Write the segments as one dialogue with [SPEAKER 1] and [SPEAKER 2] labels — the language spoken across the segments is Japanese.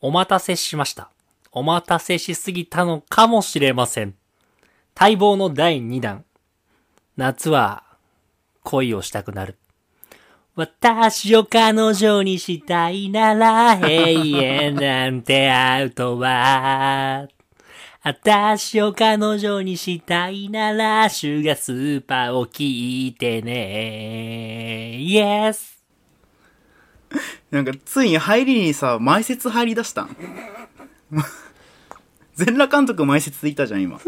[SPEAKER 1] お待たせしました。お待たせしすぎたのかもしれません。待望の第2弾。夏は恋をしたくなる。私を彼女にしたいなら永遠なんてアウトは。私を彼女にしたいならシュガースーパーを聞いてね。イエス
[SPEAKER 2] なんか、ついに入りにさ、前説入り出したん。 全裸監督前説でいたじゃん、今。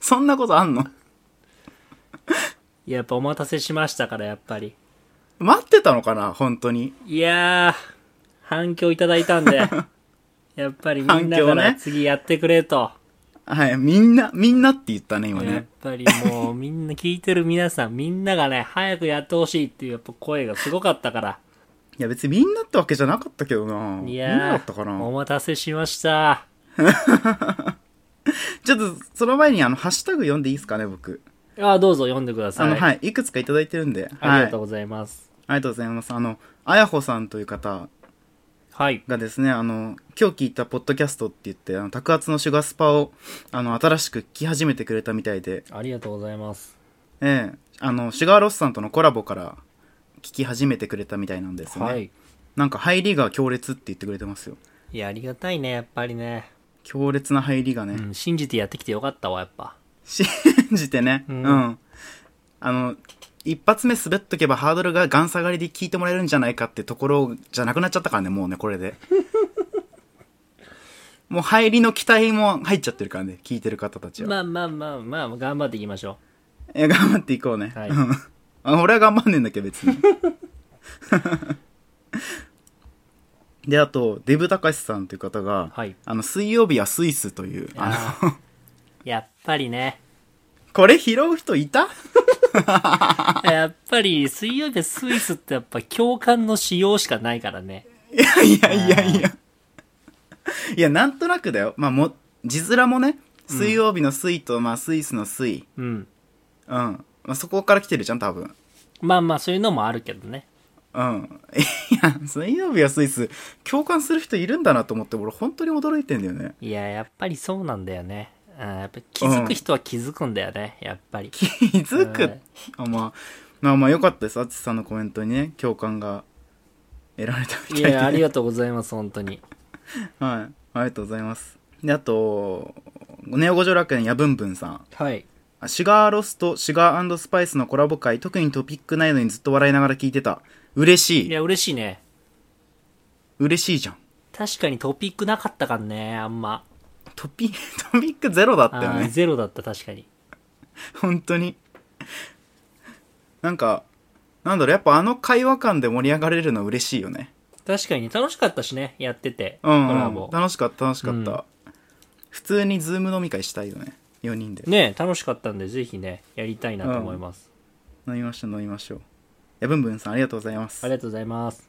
[SPEAKER 2] そんなことあんの
[SPEAKER 1] やっぱお待たせしましたから、やっぱり。
[SPEAKER 2] 待ってたのかな本当に。
[SPEAKER 1] いやー、反響いただいたん で、やっぱりみんなか
[SPEAKER 2] 反響ね
[SPEAKER 1] ら次やってくれと。
[SPEAKER 2] はい、みんな、みんなって言ったね、今
[SPEAKER 1] やっ
[SPEAKER 2] ね。
[SPEAKER 1] ぱりもうみんな聞いてる皆さん、みんながね、早くやってほしいっていうやっぱ声がすごかったから。
[SPEAKER 2] いや、別にみんなってわけじゃなかったけどな。
[SPEAKER 1] い
[SPEAKER 2] みんなだ
[SPEAKER 1] や
[SPEAKER 2] ったか
[SPEAKER 1] ー、
[SPEAKER 2] な
[SPEAKER 1] お。待たせしました。
[SPEAKER 2] ちょっと、その前に、あの、ハッシュタグ読んでいいですかね、僕。
[SPEAKER 1] あーどうぞ読んでくださ
[SPEAKER 2] あ
[SPEAKER 1] い。
[SPEAKER 2] の、はい、いくつかいただいてるんで。
[SPEAKER 1] あり
[SPEAKER 2] は
[SPEAKER 1] が
[SPEAKER 2] い
[SPEAKER 1] とう。ございます。
[SPEAKER 2] ありがとうございます。あの、あやほさんという方
[SPEAKER 1] はい。
[SPEAKER 2] がですね、あの、今日聞いたポッドキャストって言って、あの、宅発のシュガスパを、あの、新しく聞き始めてくれたみたいで、
[SPEAKER 1] ありがとうございます。
[SPEAKER 2] ええあの、シュガーロスさんとのコラボから聞き始めてくれたみたいなんですね。
[SPEAKER 1] はい。
[SPEAKER 2] なんか入りが強烈って言ってくれてますよ。
[SPEAKER 1] いや、ありがたいね、やっぱりね。
[SPEAKER 2] 強烈な入りがね、
[SPEAKER 1] うん、信じてやってきてよかったわ、やっぱ。
[SPEAKER 2] 信じてね、うん、あの、一発目滑っとけばハードルがガン下がりで聞いてもらえるんじゃないかってところじゃなくなっちゃったからね、もうね、こ れで。もう入りの期待も入っちゃってるからね、聞いてる方たちは。
[SPEAKER 1] まあまあまあまあ、頑張っていきましょ
[SPEAKER 2] え頑張っていこうね。
[SPEAKER 1] はい
[SPEAKER 2] うん あ俺は頑張んねえんだけど 別に。で、あと、デブたかしさんという方が、
[SPEAKER 1] はい
[SPEAKER 2] あの、水曜日はスイスという、
[SPEAKER 1] う。
[SPEAKER 2] あ
[SPEAKER 1] あーやっぱりね。
[SPEAKER 2] の これ拾う人いた
[SPEAKER 1] やっぱり水曜日はスイスってやっぱ共感の仕様しかないからね。
[SPEAKER 2] いやいやいやいや。いや、なんとなくだよ。まあ、も、字面もね、水曜日の水と、まあ、スイスの水。
[SPEAKER 1] うん。
[SPEAKER 2] うん。まあ、そこから来てるじゃん、多分。
[SPEAKER 1] まあまあそういうのもあるけどね。
[SPEAKER 2] うん。 いや、水曜日はスイス、共感する人いるんだなと思って、俺本当に驚いてんだよね。
[SPEAKER 1] いや、やっぱりそうなんだよね。あーやっぱ気づく人は気づくんだよね。やっぱり。
[SPEAKER 2] 気
[SPEAKER 1] は
[SPEAKER 2] づく
[SPEAKER 1] い、
[SPEAKER 2] あまあまあまあよかったです淳さんのコメントにね共感が得られたみ
[SPEAKER 1] い
[SPEAKER 2] たいで
[SPEAKER 1] や、ありがとうございます、本当に。
[SPEAKER 2] はい、ありがとうございますであとネオ五条楽園やぶんぶんさん
[SPEAKER 1] はい。
[SPEAKER 2] あシュガーロスとシュガースパイスのコラボ会特にトピックないのにずっと笑いながら聞いてた嬉し
[SPEAKER 1] い
[SPEAKER 2] い
[SPEAKER 1] や、嬉しいね。
[SPEAKER 2] 嬉しいじゃん
[SPEAKER 1] 確かにトピックなかったからね、あんま。
[SPEAKER 2] トピ トピックゼロだったよ
[SPEAKER 1] あー
[SPEAKER 2] ね
[SPEAKER 1] ゼロだった、確かに。
[SPEAKER 2] 本当になんかなんだろうやっぱあの会話感で盛り上がれるの嬉しいよね
[SPEAKER 1] 確かにね、楽しかったしね、やってて。コラ
[SPEAKER 2] うん、う
[SPEAKER 1] ボ
[SPEAKER 2] ん、。楽しかった楽しかった、
[SPEAKER 1] うん
[SPEAKER 2] 普通にズーム飲み会したいよね4人で
[SPEAKER 1] ね楽しかったんで、ぜひね、やりたいなと思います。
[SPEAKER 2] 飲みましょう飲みましょういやぶんぶんさんありがとうございます
[SPEAKER 1] ありがとうございます。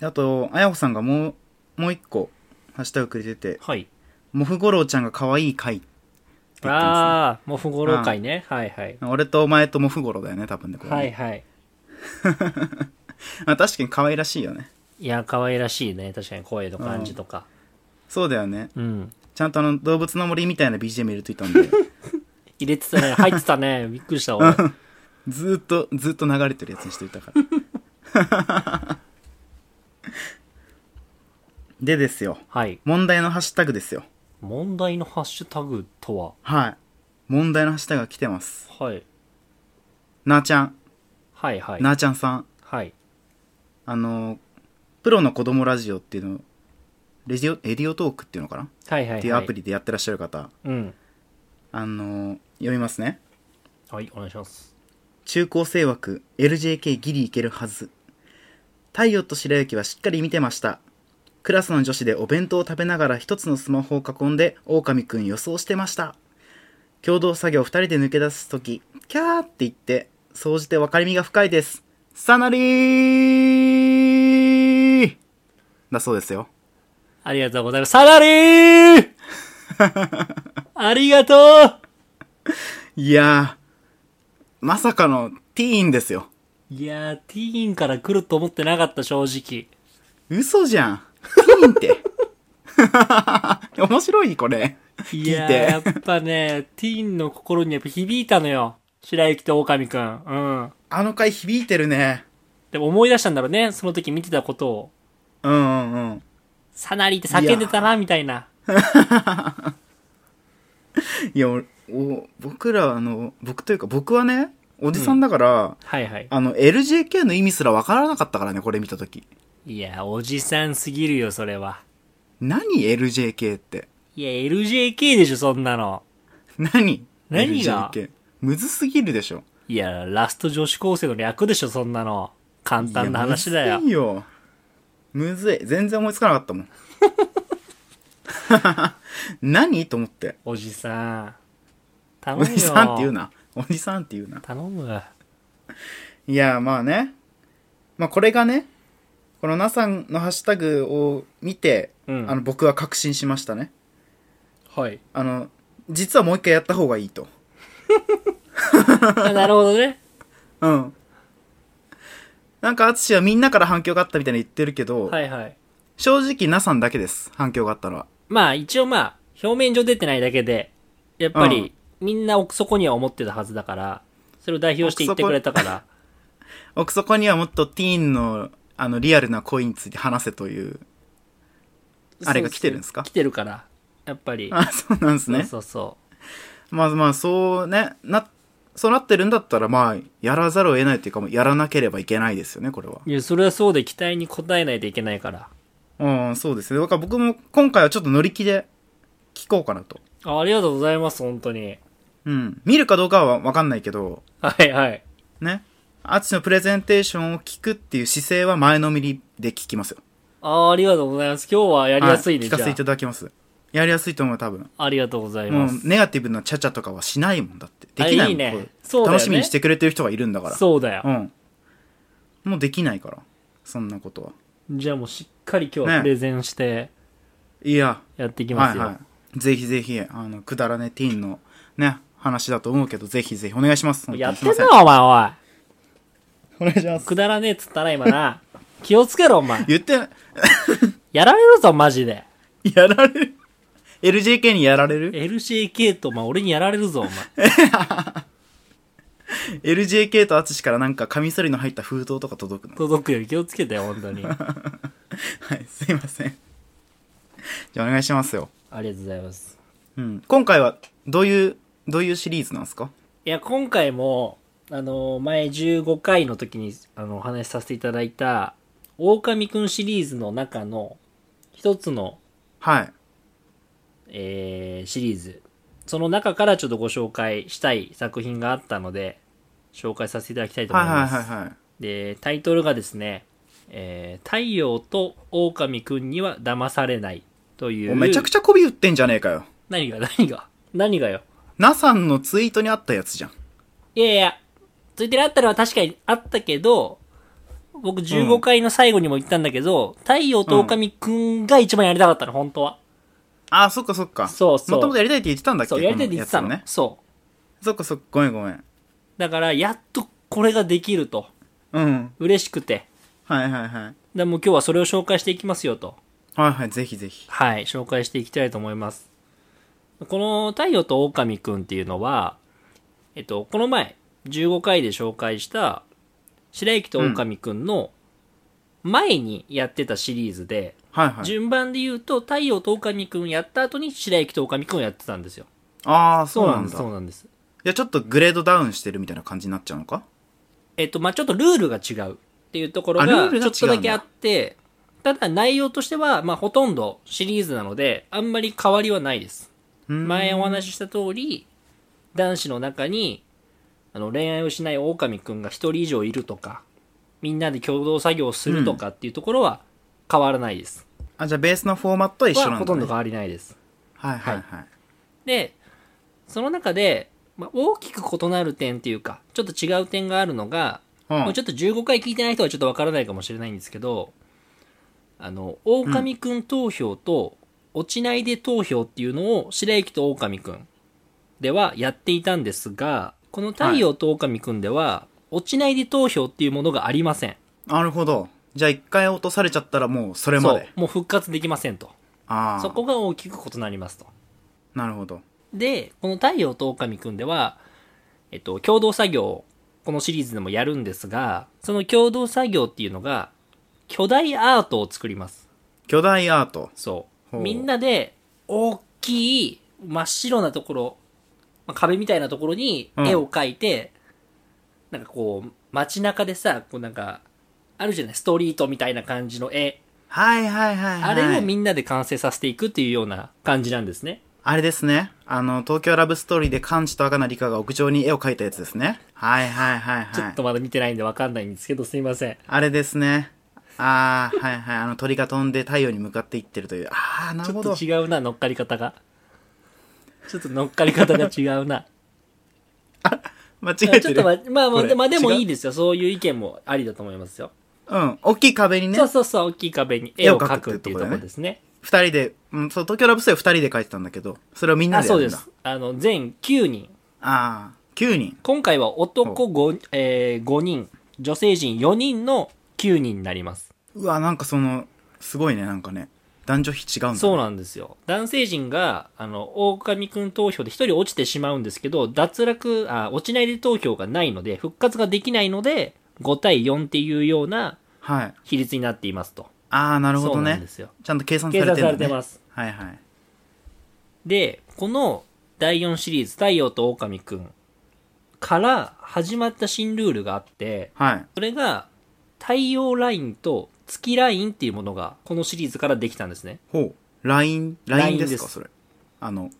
[SPEAKER 2] あとあやほさんがもうもう一個ハッシュタグくれてて
[SPEAKER 1] はい。
[SPEAKER 2] 「モフゴロウちゃんが可愛い回」って言ってま
[SPEAKER 1] ああ、モフゴロ会ね。はいはい
[SPEAKER 2] す。ね俺とお前とモフゴロウだよね多分ねこれね
[SPEAKER 1] はいはい。
[SPEAKER 2] まあ、確かに可愛らしいよね
[SPEAKER 1] いや、可愛らしいね。確かに声の感じとか。
[SPEAKER 2] そうだよね
[SPEAKER 1] うん。
[SPEAKER 2] ちゃんとあの動物の森みたいな BGM 入れといた んで
[SPEAKER 1] 入れてたね。入ってたね。びっくりした、俺。
[SPEAKER 2] ずーっとずーっと流れてるやつにしといたから でですよ
[SPEAKER 1] はい。
[SPEAKER 2] 問題のハッシュタグですよ
[SPEAKER 1] 問題のハッシュタグとは
[SPEAKER 2] はい問題のハッシュタグが来てます
[SPEAKER 1] はい。
[SPEAKER 2] なーちゃん、
[SPEAKER 1] はいはい。
[SPEAKER 2] なーちゃんさん
[SPEAKER 1] はい。
[SPEAKER 2] あのプロの子供ラジオっていうのレディオエディオトークっていうのかな、
[SPEAKER 1] はいはい。
[SPEAKER 2] っていうアプ
[SPEAKER 1] リ。
[SPEAKER 2] リでやってらっしゃる方
[SPEAKER 1] うん。
[SPEAKER 2] あの読みますね
[SPEAKER 1] はい、お願いします。
[SPEAKER 2] 中高生枠 LJK ギリいけるはず太陽と白雪はしっかり見てましたクラスの女子でお弁当を食べながら一つのスマホを囲んで狼くん予想してました共同作業2人で抜け出す時キャーって言って総じて分かりみが深いですさなりーだそうですよ
[SPEAKER 1] ありがとうございます。サラリーありがとう
[SPEAKER 2] いやーまさかのティーンですよ
[SPEAKER 1] いやー、ティーンから来ると思ってなかった、正直。
[SPEAKER 2] 嘘じゃんテ人って 面白いこれ
[SPEAKER 1] い
[SPEAKER 2] て
[SPEAKER 1] やーやっぱね、ティーンの心にやっぱ響いたのよ。白雪と狼くん。うん。
[SPEAKER 2] あの回響いてるね
[SPEAKER 1] でも思い出したんだろうね。その時見てたことを。
[SPEAKER 2] うんうんうん
[SPEAKER 1] サナリーって叫んでたな、みたいな。
[SPEAKER 2] いやおお僕らあの僕というか僕はねおじさんだから、
[SPEAKER 1] はいはい。
[SPEAKER 2] あの LJK の意味すら分からなかったからねこれ見た時
[SPEAKER 1] いや、おじさんすぎるよ、それは。
[SPEAKER 2] 何 LJK って
[SPEAKER 1] いや、LJK でしょ、そんなの。
[SPEAKER 2] 何
[SPEAKER 1] 何が
[SPEAKER 2] LJK むずすぎるでしょ
[SPEAKER 1] いや、ラスト女子高生の略でしょ、そんなの。簡単な話だ
[SPEAKER 2] いや
[SPEAKER 1] よ
[SPEAKER 2] むず。いよむずい全然思いつかなかったも ん何と思って
[SPEAKER 1] おじさん。頼
[SPEAKER 2] お
[SPEAKER 1] むよ。
[SPEAKER 2] じさんって言うなおじさんって言うな
[SPEAKER 1] 頼む。
[SPEAKER 2] いやまあねまあこれがねこの NASA のハッシュタグを見て、
[SPEAKER 1] うん
[SPEAKER 2] あの僕は確信しましたね
[SPEAKER 1] はい。
[SPEAKER 2] あの実はもう一回やった方がいいと
[SPEAKER 1] なるほどね。
[SPEAKER 2] うんなんか淳はみんなから反響があったみたいに言ってるけど、
[SPEAKER 1] はいはい。
[SPEAKER 2] 正直 NASA だけです反響があったのは
[SPEAKER 1] まあ一応まあ、表面上出てないだけで、やっぱり、みんな奥底には思ってたはずだから、それを代表して言ってくれたから、
[SPEAKER 2] 奥底にはもっとティーンのあのリアルな恋について話せというあれが来てるんですか
[SPEAKER 1] そうそう来てるから、やっぱり。
[SPEAKER 2] あそうなんですね
[SPEAKER 1] そうそう
[SPEAKER 2] まあまあそうねなそうなってるんだったらまあやらざるを得ないというかもうやらなければいけないですよねこれは
[SPEAKER 1] そう。いや、それはそうで期待に応えないといけないから。
[SPEAKER 2] うんそうですねだから僕も今回はちょっと乗り気で聞こうかなと
[SPEAKER 1] あありがとうございます、本当に。
[SPEAKER 2] うん見るかどうかは分かんないけど
[SPEAKER 1] はいはい。
[SPEAKER 2] ねアーチのプレゼンテーションを聞くっていう姿勢は前のめりで聞きますよ
[SPEAKER 1] ああありがとうございます。今日はやりやすいね、
[SPEAKER 2] は
[SPEAKER 1] じ
[SPEAKER 2] 聞
[SPEAKER 1] ゃ
[SPEAKER 2] かせていただきますやりやすいと思う多分
[SPEAKER 1] あ。ありがとうござい
[SPEAKER 2] も
[SPEAKER 1] ま
[SPEAKER 2] う
[SPEAKER 1] す。
[SPEAKER 2] ネガティブなチャチャとかはしないもんだってできないもん
[SPEAKER 1] あいいね
[SPEAKER 2] こう
[SPEAKER 1] そうだよね
[SPEAKER 2] 楽しみにしてくれてる人がいるんだから
[SPEAKER 1] そうだよ
[SPEAKER 2] う、。ん、もうできないからそんなことは
[SPEAKER 1] じゃあもうしっかり今日は
[SPEAKER 2] ね
[SPEAKER 1] プレゼンして
[SPEAKER 2] いや
[SPEAKER 1] やっていきま
[SPEAKER 2] は
[SPEAKER 1] す
[SPEAKER 2] い
[SPEAKER 1] よ。
[SPEAKER 2] はいぜひぜひあのくだらねティーンのね話だと思うけどぜひぜひお願いします
[SPEAKER 1] やってん
[SPEAKER 2] 本当にすいま
[SPEAKER 1] な、お前、おい。
[SPEAKER 2] せんお願いします
[SPEAKER 1] くだらねえっつったな、今な。気をつけろ、お前。
[SPEAKER 2] 言って
[SPEAKER 1] やられるぞ、マジで。
[SPEAKER 2] やられる LJK にやられる
[SPEAKER 1] LCK と、まあ、俺にやられるぞ、お前。
[SPEAKER 2] LJK と淳からなんかカミソリの入った封筒とか届くの
[SPEAKER 1] 届くよ、気をつけてよ、本当 に。あ
[SPEAKER 2] はいすいませんじゃあお願いしますよ、
[SPEAKER 1] りがとうございます。
[SPEAKER 2] うん、今回はどういうどういうシリーズなんですか
[SPEAKER 1] いや、今回も、あの、前15回の時に、あの、お話しさせていただいた、狼くんシリーズの中の、一つの、
[SPEAKER 2] はい
[SPEAKER 1] えー、シリーズ。その中からちょっとご紹介したい作品があったので、紹介させていただきたいと思
[SPEAKER 2] はいいはい
[SPEAKER 1] ます。
[SPEAKER 2] はいはい
[SPEAKER 1] で、タイトルがですね、えー太陽と狼くんには騙されないという。
[SPEAKER 2] おめちゃくちゃ媚び売ってんじゃねえかよ。
[SPEAKER 1] 何が何が何がよ。
[SPEAKER 2] ナさんのツイートにあったやつじゃん。
[SPEAKER 1] いやいや、ついてるあったのは確かにあったけど、僕15回の最後にも言ったんだけど、太陽と狼くんが一番やりたかったの、本当は。
[SPEAKER 2] あそっかそっか。
[SPEAKER 1] そうそう
[SPEAKER 2] もともとやりたいって言ってたんだっけ
[SPEAKER 1] そう、やりたいって言ってた
[SPEAKER 2] こ
[SPEAKER 1] の。
[SPEAKER 2] やつをね。
[SPEAKER 1] そう。
[SPEAKER 2] そっかそっか、ごめんごめん。
[SPEAKER 1] だから、やっとこれができると。
[SPEAKER 2] うん。
[SPEAKER 1] 嬉しくて。
[SPEAKER 2] はいはいはい。
[SPEAKER 1] でもう今日はそれを紹介していきますよと。
[SPEAKER 2] はいはい、ぜひぜひ。
[SPEAKER 1] はい、紹介していきたいと思います。この太陽と狼くんっていうのは、えっと、この前、15回で紹介した、白雪と狼くんの前にやってたシリーズで、
[SPEAKER 2] はいはい。
[SPEAKER 1] 順番で言うと、太陽と狼くんやった後に白雪と狼くんをやってたんですよ。
[SPEAKER 2] ああ、そうなんだ。
[SPEAKER 1] そう
[SPEAKER 2] い
[SPEAKER 1] なんです。
[SPEAKER 2] や、ちょっとグレードダウンしてるみたいな感じになっちゃうのか
[SPEAKER 1] えっと、まあ、ちょっとルールが違うっていうところ
[SPEAKER 2] あ
[SPEAKER 1] が、
[SPEAKER 2] ルール
[SPEAKER 1] ち
[SPEAKER 2] が違
[SPEAKER 1] ょっ
[SPEAKER 2] うんだ
[SPEAKER 1] とだけあって、ただ内容としては、まあ、ほとんどシリーズなので、あんまり変わりはないです。
[SPEAKER 2] うん
[SPEAKER 1] 前お話しした通り、男子の中に、あの、恋愛をしない狼くんが一人以上いるとか、みんなで共同作業をするとかっていうところは変わらないです。
[SPEAKER 2] あ、じゃあベースのフォーマットは一緒
[SPEAKER 1] は
[SPEAKER 2] な
[SPEAKER 1] ほ
[SPEAKER 2] ん
[SPEAKER 1] と
[SPEAKER 2] だ、
[SPEAKER 1] んど
[SPEAKER 2] ね。
[SPEAKER 1] 変わりないです。
[SPEAKER 2] はいはいはい。
[SPEAKER 1] で、その中で、まあ、大きく異なる点っていうか、ちょっと違う点があるのが、
[SPEAKER 2] うん
[SPEAKER 1] もうちょっと15回聞いてない人はちょっとわからないかもしれないんですけど、あの、狼くん投票と、落ちないで投票っていうのを、白雪と狼くんではやっていたんですが、この太陽と狼くんでは、落ちないで投票っていうものがありません。
[SPEAKER 2] なるほど。じゃあ一回落とされちゃったらもうそれま
[SPEAKER 1] そう
[SPEAKER 2] で。
[SPEAKER 1] もう復活できませんと
[SPEAKER 2] ああ。
[SPEAKER 1] そこが大きく異なりますと
[SPEAKER 2] なるほど。
[SPEAKER 1] でこの太陽と狼くんでは、えっと、共同作業をこのシリーズでもやるんですがその共同作業っていうのが巨大アートを作ります
[SPEAKER 2] 巨大アート。
[SPEAKER 1] そう
[SPEAKER 2] ほう
[SPEAKER 1] みんなで大きい真っ白なところ、まあ壁みたいなところに
[SPEAKER 2] うん
[SPEAKER 1] 絵を描いて、なんかこう街中でさこうなんかあるじゃないストリートみたいな感じの絵
[SPEAKER 2] はいはいはい、はい。
[SPEAKER 1] あれをみんなで完成させていくっていうような感じなんですね
[SPEAKER 2] あれですね。あの、東京ラブストーリーでカ治と赤名リカが屋上に絵を描いたやつですね。はいはいはい
[SPEAKER 1] ちょ
[SPEAKER 2] は
[SPEAKER 1] っ
[SPEAKER 2] い。
[SPEAKER 1] とまだ見てないんでわかんないんですけどすいません
[SPEAKER 2] あれですね。ああ、はいはい。あの鳥が飛んで太陽に向かっていってるという。ああ、な
[SPEAKER 1] ち
[SPEAKER 2] る
[SPEAKER 1] ょ
[SPEAKER 2] ほ
[SPEAKER 1] っ
[SPEAKER 2] ど
[SPEAKER 1] と。違うな乗っかり方がちょっと乗っかり方が違うな
[SPEAKER 2] 間違 え
[SPEAKER 1] ちょ
[SPEAKER 2] て
[SPEAKER 1] っと
[SPEAKER 2] る。
[SPEAKER 1] ままあまあ
[SPEAKER 2] これ
[SPEAKER 1] まあでも
[SPEAKER 2] 違う
[SPEAKER 1] いいですよそういう意見もありだと思いますよ
[SPEAKER 2] うん。大きい壁にね
[SPEAKER 1] そう、そうそう、大きい壁に絵を描くっていうところですね。
[SPEAKER 2] 二人で、うん、そう、東京ラブストーリー二人で描いてたんだけど、それをみんな
[SPEAKER 1] あ、
[SPEAKER 2] でや
[SPEAKER 1] そう
[SPEAKER 2] る
[SPEAKER 1] で
[SPEAKER 2] んだ。
[SPEAKER 1] す。あの、全9人。
[SPEAKER 2] ああ、9人。
[SPEAKER 1] 今回は男 5,、えー、5人、女性陣4人の9人になります。
[SPEAKER 2] うわ、なんかその、すごいね、なんかね。男女比違うんだ、ね。
[SPEAKER 1] そうなんですよ。男性陣が、あの、狼くん投票で1人落ちてしまうんですけど、脱落、あ、落ちないで投票がないので、復活ができないので、5対4っていうような
[SPEAKER 2] はい。
[SPEAKER 1] 比率になっていますと。
[SPEAKER 2] ああ、なるほ
[SPEAKER 1] そ
[SPEAKER 2] ど
[SPEAKER 1] うなん
[SPEAKER 2] ね
[SPEAKER 1] で。すよ。
[SPEAKER 2] ちゃんと計算さ
[SPEAKER 1] 計
[SPEAKER 2] れて
[SPEAKER 1] 算
[SPEAKER 2] る
[SPEAKER 1] さ
[SPEAKER 2] ん
[SPEAKER 1] れ
[SPEAKER 2] だ、ね。
[SPEAKER 1] てます。
[SPEAKER 2] はいはい。
[SPEAKER 1] で、この第4シリーズ、太陽と狼くんから始まった新ルールがあって、
[SPEAKER 2] はい。
[SPEAKER 1] それが太陽ラインと月ラインっていうものがこのシリーズからできたんですね。
[SPEAKER 2] ほう。LINE、LINE です
[SPEAKER 1] です
[SPEAKER 2] か、それ。あの、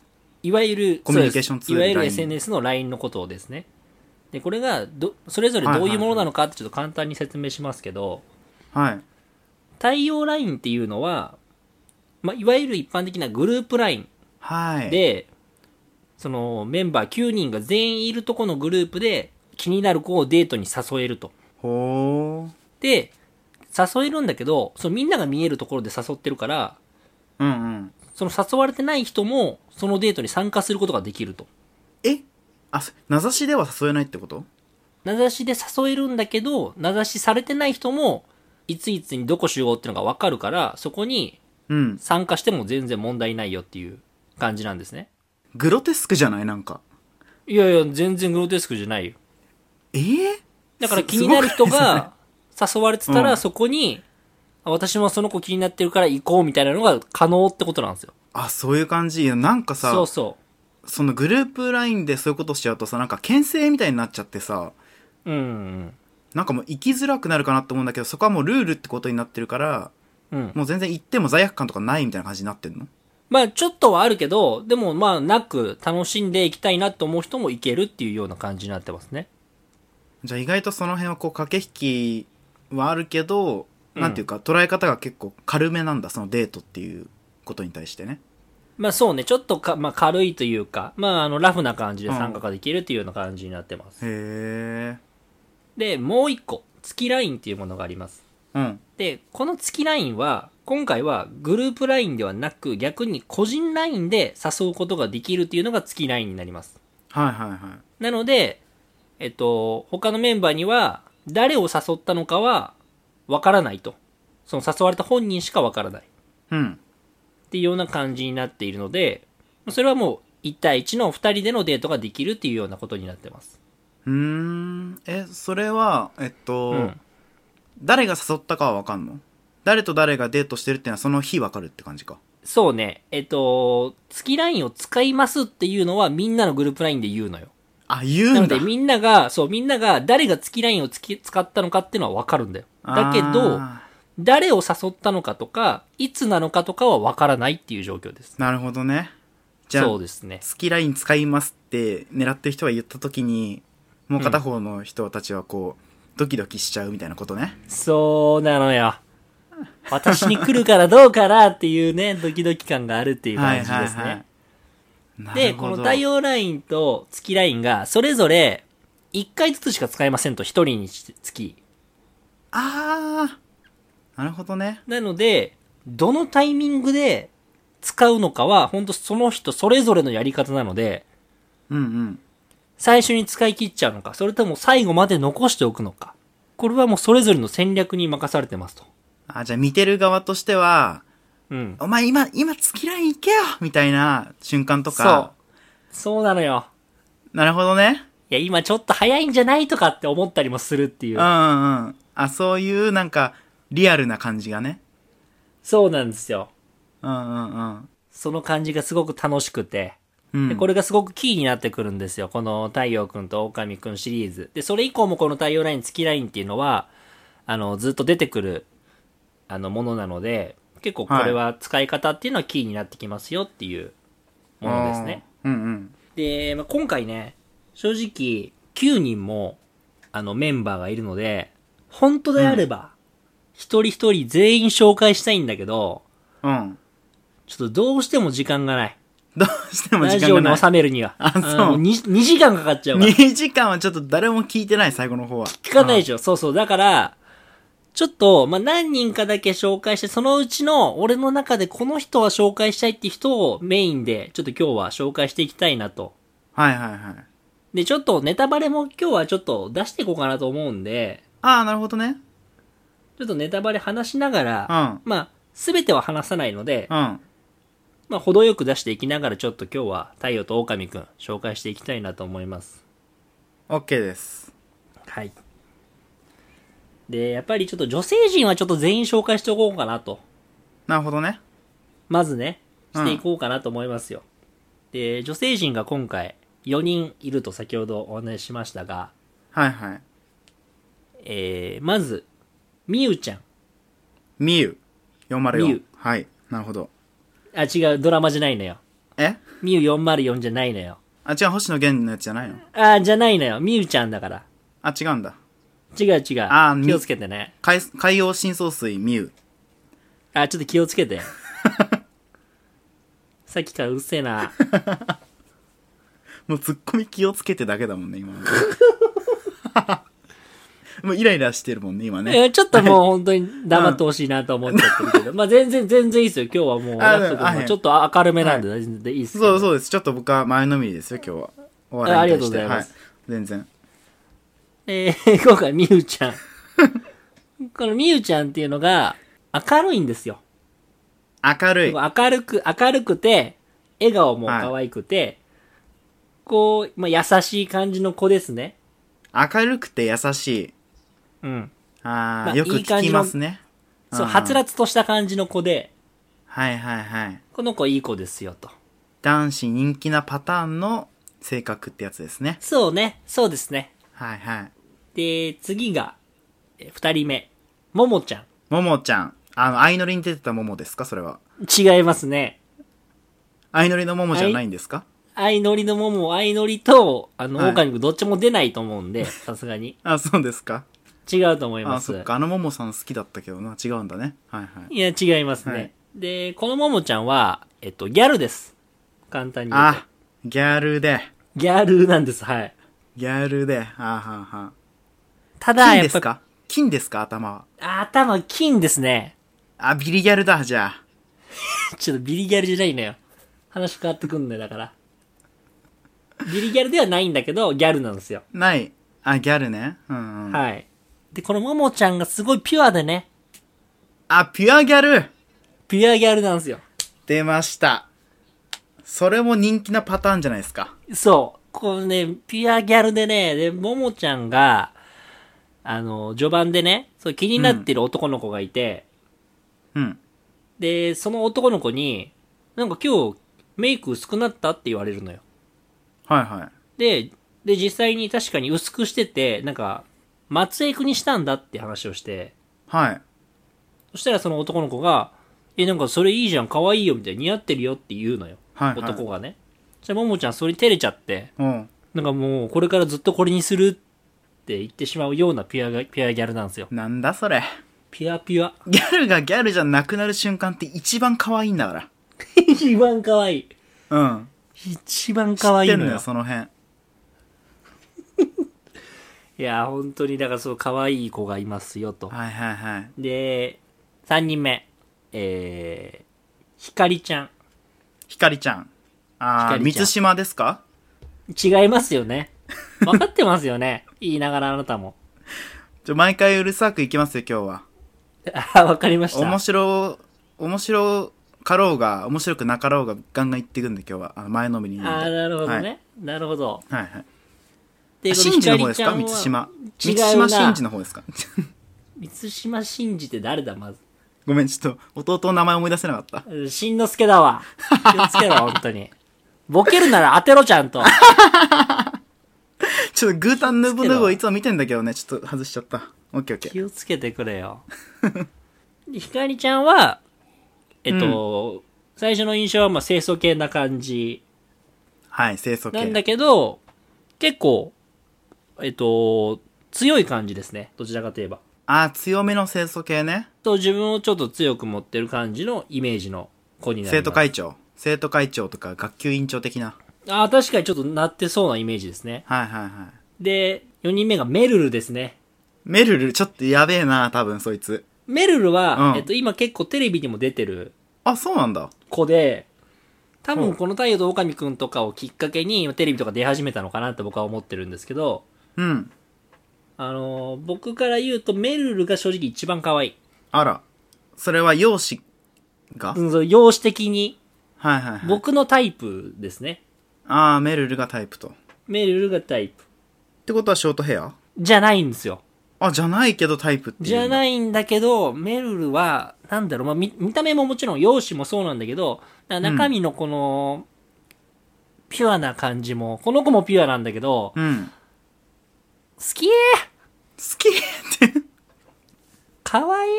[SPEAKER 1] いわゆる、
[SPEAKER 2] コミュニケーションツー
[SPEAKER 1] そ
[SPEAKER 2] ル
[SPEAKER 1] うですいわゆる
[SPEAKER 2] LINE
[SPEAKER 1] SNS のラインのことをですね。で、これがど、それぞれどういうものなのかってちょっと簡単に説明しますけど、
[SPEAKER 2] はい。
[SPEAKER 1] 太陽ラインっていうのは、まあ、いわゆる一般的なグループライン
[SPEAKER 2] はい。、
[SPEAKER 1] で、そのメンバー9人が全員いるとこのグループで気になる子をデートに誘えると。
[SPEAKER 2] ほ
[SPEAKER 1] で、誘えるんだけど、そのみんなが見えるところで誘ってるから、
[SPEAKER 2] う。うんうん。
[SPEAKER 1] その誘われてない人もそのデートに参加することができると。
[SPEAKER 2] えあ、そ名指しでは誘えないってこと
[SPEAKER 1] 名指しで誘えるんだけど、名指しされてない人も、いついつにどこ集合っていうのがわかるから、そこに
[SPEAKER 2] うん。
[SPEAKER 1] 参加しても全然問題ないよっていう感じなんですね。
[SPEAKER 2] グロテスクじゃないなんか。
[SPEAKER 1] いやいや、全然グロテスクじゃないよ。
[SPEAKER 2] えー、
[SPEAKER 1] だから気になる人
[SPEAKER 2] すごくないです
[SPEAKER 1] が誘われてた
[SPEAKER 2] う
[SPEAKER 1] ら
[SPEAKER 2] ん
[SPEAKER 1] そこに、あ私もその子気になってるから行こうみたいなのが可能ってことなんですよ。
[SPEAKER 2] あ、そういう感じ。いやなんかさ、
[SPEAKER 1] そうそ
[SPEAKER 2] そのグループラインでそういうことしちゃうとさ、なんか牽制みたいになっちゃってさ、
[SPEAKER 1] う。うん
[SPEAKER 2] なんかもう生きづらくなるかなと思うんだけど、そこはもうルールってことになってるから、
[SPEAKER 1] うん。うん。
[SPEAKER 2] もう全然行っても罪悪感とかないみたいな感じになってんの
[SPEAKER 1] まあちょっとはあるけど、でもまあなく楽しんでいきたいなと思う人もいけるっていうような感じになってますね。
[SPEAKER 2] じゃあ意外とその辺はこう駆け引きはあるけど、
[SPEAKER 1] うん
[SPEAKER 2] なんていうか捉え方が結構軽めなんだ、そのデートっていうことに対してね。
[SPEAKER 1] まあそうね、ちょっとか、まあ軽いというか、まああのラフな感じで参加ができるっていうような感じになってます。
[SPEAKER 2] へえ。
[SPEAKER 1] で、もう一個、月ラインっていうものがあります。
[SPEAKER 2] うん。
[SPEAKER 1] で、この月ラインは、今回はグループラインではなく、逆に個人ラインで誘うことができるっていうのが月ラインになります。
[SPEAKER 2] はいはいはい。
[SPEAKER 1] なので、えっと、他のメンバーには、誰を誘ったのかは、わからないと。その誘われた本人しかわからない。っ
[SPEAKER 2] うん。
[SPEAKER 1] ていうような感じになっているので、それはもう、1対1の2人でのデートができるっていうようなことになってます。
[SPEAKER 2] うーん。え、それは、えっと、
[SPEAKER 1] うん。
[SPEAKER 2] 誰が誘ったかはわかんの誰と誰がデートしてるっていうのはその日わかるって感じか。
[SPEAKER 1] そうね。えっと、月ラインを使いますっていうのは、みんなのグループラインで言うのよ。
[SPEAKER 2] あ、言
[SPEAKER 1] な
[SPEAKER 2] う
[SPEAKER 1] の
[SPEAKER 2] んだ。
[SPEAKER 1] でみんなが、そう、みんなが誰が月ラインをつき使ったのかっていうのはわかるんだよ。だけど、
[SPEAKER 2] あ
[SPEAKER 1] 誰を誘ったのかとか、いつなのかとかはわからないっていう状況です。
[SPEAKER 2] ーなるほどね。じゃあ
[SPEAKER 1] そう、ですね。
[SPEAKER 2] 月ライン使いますって狙ってる人が言った時に、もう片方の人たちはこう、ドキドキしちゃうみたいなことね。
[SPEAKER 1] そうなのよ。私に来るからどうかなっていうね、 ドキドキ感があるっていう感じです
[SPEAKER 2] はいはいは
[SPEAKER 1] ね
[SPEAKER 2] い。なる
[SPEAKER 1] で、
[SPEAKER 2] ほ
[SPEAKER 1] こ
[SPEAKER 2] ど
[SPEAKER 1] の太陽ラインと月ラインが、それぞれ、1回ずつしか使えませんと、1人につき。
[SPEAKER 2] ああなるほどね。
[SPEAKER 1] なので、どのタイミングで使うのかは、本当その人それぞれのやり方なので、
[SPEAKER 2] うんうん。
[SPEAKER 1] 最初に使い切っちゃうのか、それとも最後まで残しておくのか。これはもうそれぞれの戦略に任されてますと。
[SPEAKER 2] あ、じゃあ見てる側としては、
[SPEAKER 1] うん。
[SPEAKER 2] お前今、今月ライン行けよみたいな瞬間とか。
[SPEAKER 1] そうなのよ。
[SPEAKER 2] なるほどね。
[SPEAKER 1] いや、今ちょっと早いんじゃないとかって思ったりもするっていうう。
[SPEAKER 2] んうんうん。あ、そういうなんか、リアルな感じがね。
[SPEAKER 1] そうなんですよ。
[SPEAKER 2] うんうんうん。
[SPEAKER 1] その感じがすごく楽しくて。
[SPEAKER 2] うん、
[SPEAKER 1] で、これがすごくキーになってくるんですよ。この太陽くんと狼くんシリーズ。で、それ以降もこの太陽ライン、月ラインっていうのは、あの、ずっと出てくる、あの、ものなので、結構これは使い方っていうのはキーになってきますよっていうものですね。
[SPEAKER 2] あー。うんうん。
[SPEAKER 1] で、まあ、今回ね、正直、9人も、あの、メンバーがいるので、本当であれば、一人一人全員紹介したいんだけど、
[SPEAKER 2] うん。
[SPEAKER 1] ちょっとどうしても時間がない。
[SPEAKER 2] どうしても
[SPEAKER 1] ラ
[SPEAKER 2] 時
[SPEAKER 1] ジオ
[SPEAKER 2] 間がな
[SPEAKER 1] に
[SPEAKER 2] い。
[SPEAKER 1] 収めるには。
[SPEAKER 2] あそう
[SPEAKER 1] のに 2, 時間かかっちゃうから。
[SPEAKER 2] 2時間はちょっと誰も聞いてない、最後の方は。
[SPEAKER 1] 聞かないでしょ。そうそう。だから、ちょっと、まあ、何人かだけ紹介して、そのうちの、俺の中でこの人は紹介したいって人をメインで、ちょっと今日は紹介していきたいなと。
[SPEAKER 2] はいはいはい。
[SPEAKER 1] で、ちょっとネタバレも今日はちょっと出していこうかなと思うんで、
[SPEAKER 2] ああ、なるほどね。
[SPEAKER 1] ちょっとネタバレ話しながら、
[SPEAKER 2] うん
[SPEAKER 1] まあ、すべては話さないので、
[SPEAKER 2] うん。
[SPEAKER 1] まあ、程よく出していきながら、ちょっと今日は太陽と狼くん紹介していきたいなと思います。
[SPEAKER 2] OK です。
[SPEAKER 1] はい。で、やっぱりちょっと女性陣はちょっと全員紹介しておこうかなと。
[SPEAKER 2] なるほどね。
[SPEAKER 1] まずね、していこうかなと思いますよ。で、女性陣が今回4人いると先ほどお話ししましたが、
[SPEAKER 2] はいはい。
[SPEAKER 1] えー、まず、みゆちゃん。
[SPEAKER 2] みゆ。404。
[SPEAKER 1] みゆ
[SPEAKER 2] はい。なるほど。
[SPEAKER 1] あ、違う、ドラマじゃないのよ。
[SPEAKER 2] え
[SPEAKER 1] みゆ404じゃないのよ。
[SPEAKER 2] あ、違う、星野源のやつじゃないの
[SPEAKER 1] あ、じゃないのよ。みゆちゃんだから。
[SPEAKER 2] あ、違うんだ。
[SPEAKER 1] 違う違う。
[SPEAKER 2] あみ
[SPEAKER 1] 気をつけてね。
[SPEAKER 2] 海海洋深層水みゆ。
[SPEAKER 1] あ、ちょっと気をつけて。さっきからうるせえな。
[SPEAKER 2] もうツッコミ気をつけてだけだもんね、今 の。もうイライラしてるもんね、今ね。
[SPEAKER 1] えちょっともう本当に黙ってほしいなと思っちゃってるけど。まあ全然、全然いいですよ。今日はもう、
[SPEAKER 2] あ
[SPEAKER 1] ラスト君
[SPEAKER 2] あはい
[SPEAKER 1] もちょっと明るめなんで、全然いいですけど
[SPEAKER 2] そうそうです。ちょっと僕は前のめりですよ、今日は。お
[SPEAKER 1] ああ
[SPEAKER 2] 笑い
[SPEAKER 1] りが
[SPEAKER 2] に対
[SPEAKER 1] とう
[SPEAKER 2] し
[SPEAKER 1] ご
[SPEAKER 2] て。
[SPEAKER 1] ざいます
[SPEAKER 2] はい。全然。
[SPEAKER 1] えー今回みゆちゃん。このみゆちゃんっていうのが、明るいんですよ。
[SPEAKER 2] 明るい。
[SPEAKER 1] 明るく、明るくて、笑顔も可愛くて、こう、まあ、優しい感じの子ですね。
[SPEAKER 2] 明るくて優しい。
[SPEAKER 1] うん。
[SPEAKER 2] あ
[SPEAKER 1] ま
[SPEAKER 2] あ、
[SPEAKER 1] あ
[SPEAKER 2] よく
[SPEAKER 1] いい感
[SPEAKER 2] 聞
[SPEAKER 1] じ
[SPEAKER 2] き
[SPEAKER 1] の
[SPEAKER 2] ますね。
[SPEAKER 1] そう、
[SPEAKER 2] うん
[SPEAKER 1] はつらつとした感じの子で、
[SPEAKER 2] はいはいはい。
[SPEAKER 1] この子いい子ですよ、と。
[SPEAKER 2] 男子人気なパターンの性格ってやつですね。
[SPEAKER 1] そうね、そうですね。
[SPEAKER 2] はいはい。
[SPEAKER 1] で、次が、えー二人目。ももちゃ
[SPEAKER 2] ももちゃん。あの、相乗りに出てたももですかそれは。
[SPEAKER 1] ん。違いますね。
[SPEAKER 2] 相乗りのももじゃないんですか、
[SPEAKER 1] 相乗りのもも、相乗りと、あの、
[SPEAKER 2] はい
[SPEAKER 1] 狼くんどっちも出ないと思うんで、さすがに。
[SPEAKER 2] あ、そうですか
[SPEAKER 1] 違うと思い
[SPEAKER 2] あ、
[SPEAKER 1] ます。
[SPEAKER 2] そっか。あのももさん好きだったけどな。違うんだね。はいはい。
[SPEAKER 1] いや、違いますね。
[SPEAKER 2] はい
[SPEAKER 1] で、このももちゃんは、えっと、ギャルです。簡単に言うと
[SPEAKER 2] あ。、ギャルで。
[SPEAKER 1] ギャルなんです、はい。
[SPEAKER 2] ギャルで。あーはーは
[SPEAKER 1] た
[SPEAKER 2] ー
[SPEAKER 1] だ、
[SPEAKER 2] 金
[SPEAKER 1] や
[SPEAKER 2] で
[SPEAKER 1] っぱ
[SPEAKER 2] す、か金ですか頭は。
[SPEAKER 1] 頭金ですね。
[SPEAKER 2] あ、ビリギャルだ、じゃあ。
[SPEAKER 1] ちょっとビリギャルじゃないのよ。話変わってくんのよ、だから。ビリギャルではないんだけど、ギャルなんですよ。
[SPEAKER 2] ない。あ、ギャルね。うん、うん。
[SPEAKER 1] はい。で、このももちゃんがすごいピュアでね、
[SPEAKER 2] あ、ピュアギャル
[SPEAKER 1] ピュアギャルなんですよ。
[SPEAKER 2] 出ました。それも人気なパターンじゃないですか。
[SPEAKER 1] そう。こうね、ピュアギャルでね、で、ももちゃんが、あの、序盤でね、そう気になってる男の子がいて、
[SPEAKER 2] うん。
[SPEAKER 1] で、その男の子に、なんか今日、メイク薄くなったって言われるのよ。
[SPEAKER 2] はいはい。
[SPEAKER 1] で、で、実際に確かに薄くしてて、なんか、松江区にしたんだって話をして、
[SPEAKER 2] はい。
[SPEAKER 1] そしたらその男の子が、え、なんかそれいいじゃん、可愛いよ、みたいな、似合ってるよって言うのよ。
[SPEAKER 2] はいはい
[SPEAKER 1] 男がね。じゃももちゃんそれに照れちゃって、
[SPEAKER 2] うん。
[SPEAKER 1] なんかもう、これからずっとこれにするって言ってしまうようなピュアが、ピュアギャルなんですよ。
[SPEAKER 2] なんだそれ。
[SPEAKER 1] ピュアピュ ア。
[SPEAKER 2] ギャルがギャルじゃなくなる瞬間って一番可愛いんだか
[SPEAKER 1] 一番可愛い。
[SPEAKER 2] ら。うん。
[SPEAKER 1] 一番可愛い
[SPEAKER 2] 知って
[SPEAKER 1] の
[SPEAKER 2] んの
[SPEAKER 1] よ
[SPEAKER 2] よ、。その辺。
[SPEAKER 1] いや、本当に、だからそう、可愛い子がいますよ、と。
[SPEAKER 2] はいはいはい。
[SPEAKER 1] で、3人目。えー、ひかりちゃん。
[SPEAKER 2] ひかりちゃん。あ
[SPEAKER 1] ひか
[SPEAKER 2] ー、
[SPEAKER 1] りちゃん
[SPEAKER 2] 三島ですか
[SPEAKER 1] 違いますよね。分かってますよね。言いながらあなたも。
[SPEAKER 2] ちょ、毎回うるさくいきますよ、今日は。
[SPEAKER 1] あ、わかりました。
[SPEAKER 2] 面白、面白かろうが、面白くなかろうが、ガンガン言ってくんで、今日は。あの前のめりに。
[SPEAKER 1] あーなるほどね。
[SPEAKER 2] はい
[SPEAKER 1] なるほど。
[SPEAKER 2] はいはい。
[SPEAKER 1] で
[SPEAKER 2] あ真珠の方ですか
[SPEAKER 1] ひかり
[SPEAKER 2] 満
[SPEAKER 1] ちゃんは
[SPEAKER 2] 島。
[SPEAKER 1] 違う
[SPEAKER 2] 満
[SPEAKER 1] な
[SPEAKER 2] 島真珠の方ですか
[SPEAKER 1] 満島真司って誰だ、まず。
[SPEAKER 2] ごめん、ちょっと、弟の名前思い出せなかった。
[SPEAKER 1] うんしんのすけだ わ。気をつけろ、本当に。ボケるなら当てろ、ちゃんと。
[SPEAKER 2] ちょっと、グータンヌーブヌーブをいつも見てんだけどね、ちょっと外しちゃった。オッケーオッケー。
[SPEAKER 1] 気をつけてくれよ。 でひかりちゃんは、えっと、最初の印象はまあ清楚系な感じ
[SPEAKER 2] はい、清楚系。
[SPEAKER 1] なんだけど、結構、えっと、強い感じですね。どちらかといえば。
[SPEAKER 2] あー、強めの清楚系ね。
[SPEAKER 1] と自分をちょっと強く持ってる感じのイメージの子になります。
[SPEAKER 2] 生徒会長。生徒会長とか、学級委員長的な。
[SPEAKER 1] ああ、確かにちょっとなってそうなイメージですね。
[SPEAKER 2] はいはいはい。
[SPEAKER 1] で、4人目がメルルですね。
[SPEAKER 2] メルル、ちょっとやべえな、多分、そいつ。
[SPEAKER 1] メルルは、
[SPEAKER 2] うん
[SPEAKER 1] えっと、今結構テレビにも出てる
[SPEAKER 2] あ、そうなんだ。
[SPEAKER 1] 子で、多
[SPEAKER 2] う
[SPEAKER 1] 分
[SPEAKER 2] ん
[SPEAKER 1] この太陽と狼くんとかをきっかけにテレビとか出始めたのかなって僕は思ってるんですけど、
[SPEAKER 2] うん。
[SPEAKER 1] あのー僕から言うとメルルが正直一番可愛い。
[SPEAKER 2] あら。それは容姿が、
[SPEAKER 1] うん、そう容姿的に
[SPEAKER 2] はいはいはい。
[SPEAKER 1] 僕のタイプですね。
[SPEAKER 2] ああ、メルルがタイプと。っ
[SPEAKER 1] メルルがタイプ。
[SPEAKER 2] てことはショートヘア
[SPEAKER 1] じゃないんですよ。
[SPEAKER 2] あ、じゃないけどタイプっていう。。
[SPEAKER 1] じゃないいんだけど、メルルは、なんだろう、まあ、見、見た目ももちろん容姿もそうなんだけど、な中身のこの、ピュアな感じも、この子もピュアなんだけど、好
[SPEAKER 2] うん。好
[SPEAKER 1] きー
[SPEAKER 2] きって、
[SPEAKER 1] かわいい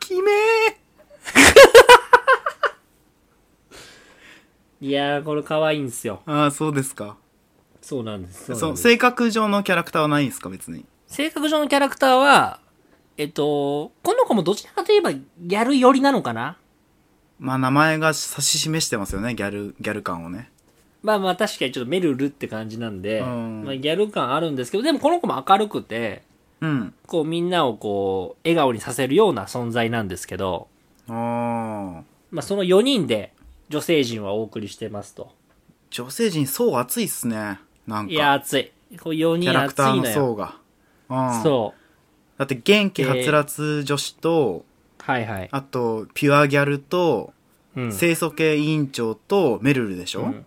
[SPEAKER 2] きめー
[SPEAKER 1] いやー、これかわいいんですよ。
[SPEAKER 2] ああ、そうですか。
[SPEAKER 1] そうなんです。そうな
[SPEAKER 2] そ
[SPEAKER 1] ん
[SPEAKER 2] う、
[SPEAKER 1] です
[SPEAKER 2] 性格上のキャラクターはないんですか、別に。
[SPEAKER 1] 性格上のキャラクターは、えっと、この子もどちらかといえば、ギャル寄りなのかな
[SPEAKER 2] まあ、名前が指し示してますよね、ギャル、ギャル感をね。
[SPEAKER 1] まあまあ確かにちょっとメルルって感じなんで、
[SPEAKER 2] うん
[SPEAKER 1] まあギャル感あるんですけど、でもこの子も明るくて、
[SPEAKER 2] うん。
[SPEAKER 1] こうみんなをこう、笑顔にさせるような存在なんですけど、
[SPEAKER 2] ああ。
[SPEAKER 1] まあ、その4人で女性陣はお送りしてますと。
[SPEAKER 2] 女性陣層厚いっすね。なん
[SPEAKER 1] いや、
[SPEAKER 2] か、
[SPEAKER 1] 熱い。こう4
[SPEAKER 2] キャ
[SPEAKER 1] 人
[SPEAKER 2] ラク
[SPEAKER 1] 熱
[SPEAKER 2] ター
[SPEAKER 1] い
[SPEAKER 2] の
[SPEAKER 1] のよ。
[SPEAKER 2] 層が。うん。
[SPEAKER 1] そう。
[SPEAKER 2] だって、元気はつらつ女子と、
[SPEAKER 1] はいはい。
[SPEAKER 2] あと、ピュアギャルと、
[SPEAKER 1] うん。
[SPEAKER 2] 清楚系委員長と、メルルでしょ、
[SPEAKER 1] うん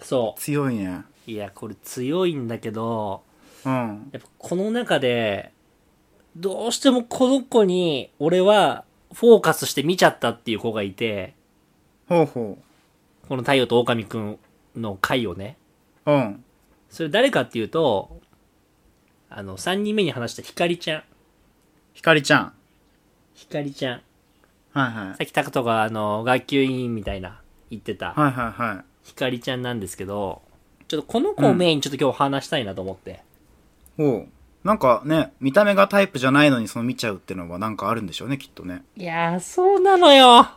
[SPEAKER 1] そ
[SPEAKER 2] 強いね。
[SPEAKER 1] う。いや、これ強いんだけど、
[SPEAKER 2] うん。
[SPEAKER 1] やっぱこの中で、どうしてもこの子に俺はフォーカスして見ちゃったっていう子がいて、
[SPEAKER 2] ほうほ
[SPEAKER 1] この太陽と狼くんの回をね。
[SPEAKER 2] う。うん。
[SPEAKER 1] それ誰かっていうと、あの、3人目に話したひかりちゃん。
[SPEAKER 2] ひかりちゃん。
[SPEAKER 1] ひかりちゃん。
[SPEAKER 2] はいはい。
[SPEAKER 1] さっきタクトがあの、学級委員みたいな言ってた。
[SPEAKER 2] はいはいはい。
[SPEAKER 1] ひかりちゃんなんですけど、ちょっとこの子をメインにちょっと今日話したいなと思って。
[SPEAKER 2] ほう。なんかね、見た目がタイプじゃないのにその見ちゃうってのはなんかあるんでしょうね、きっとね。
[SPEAKER 1] いやー、そうなのよ。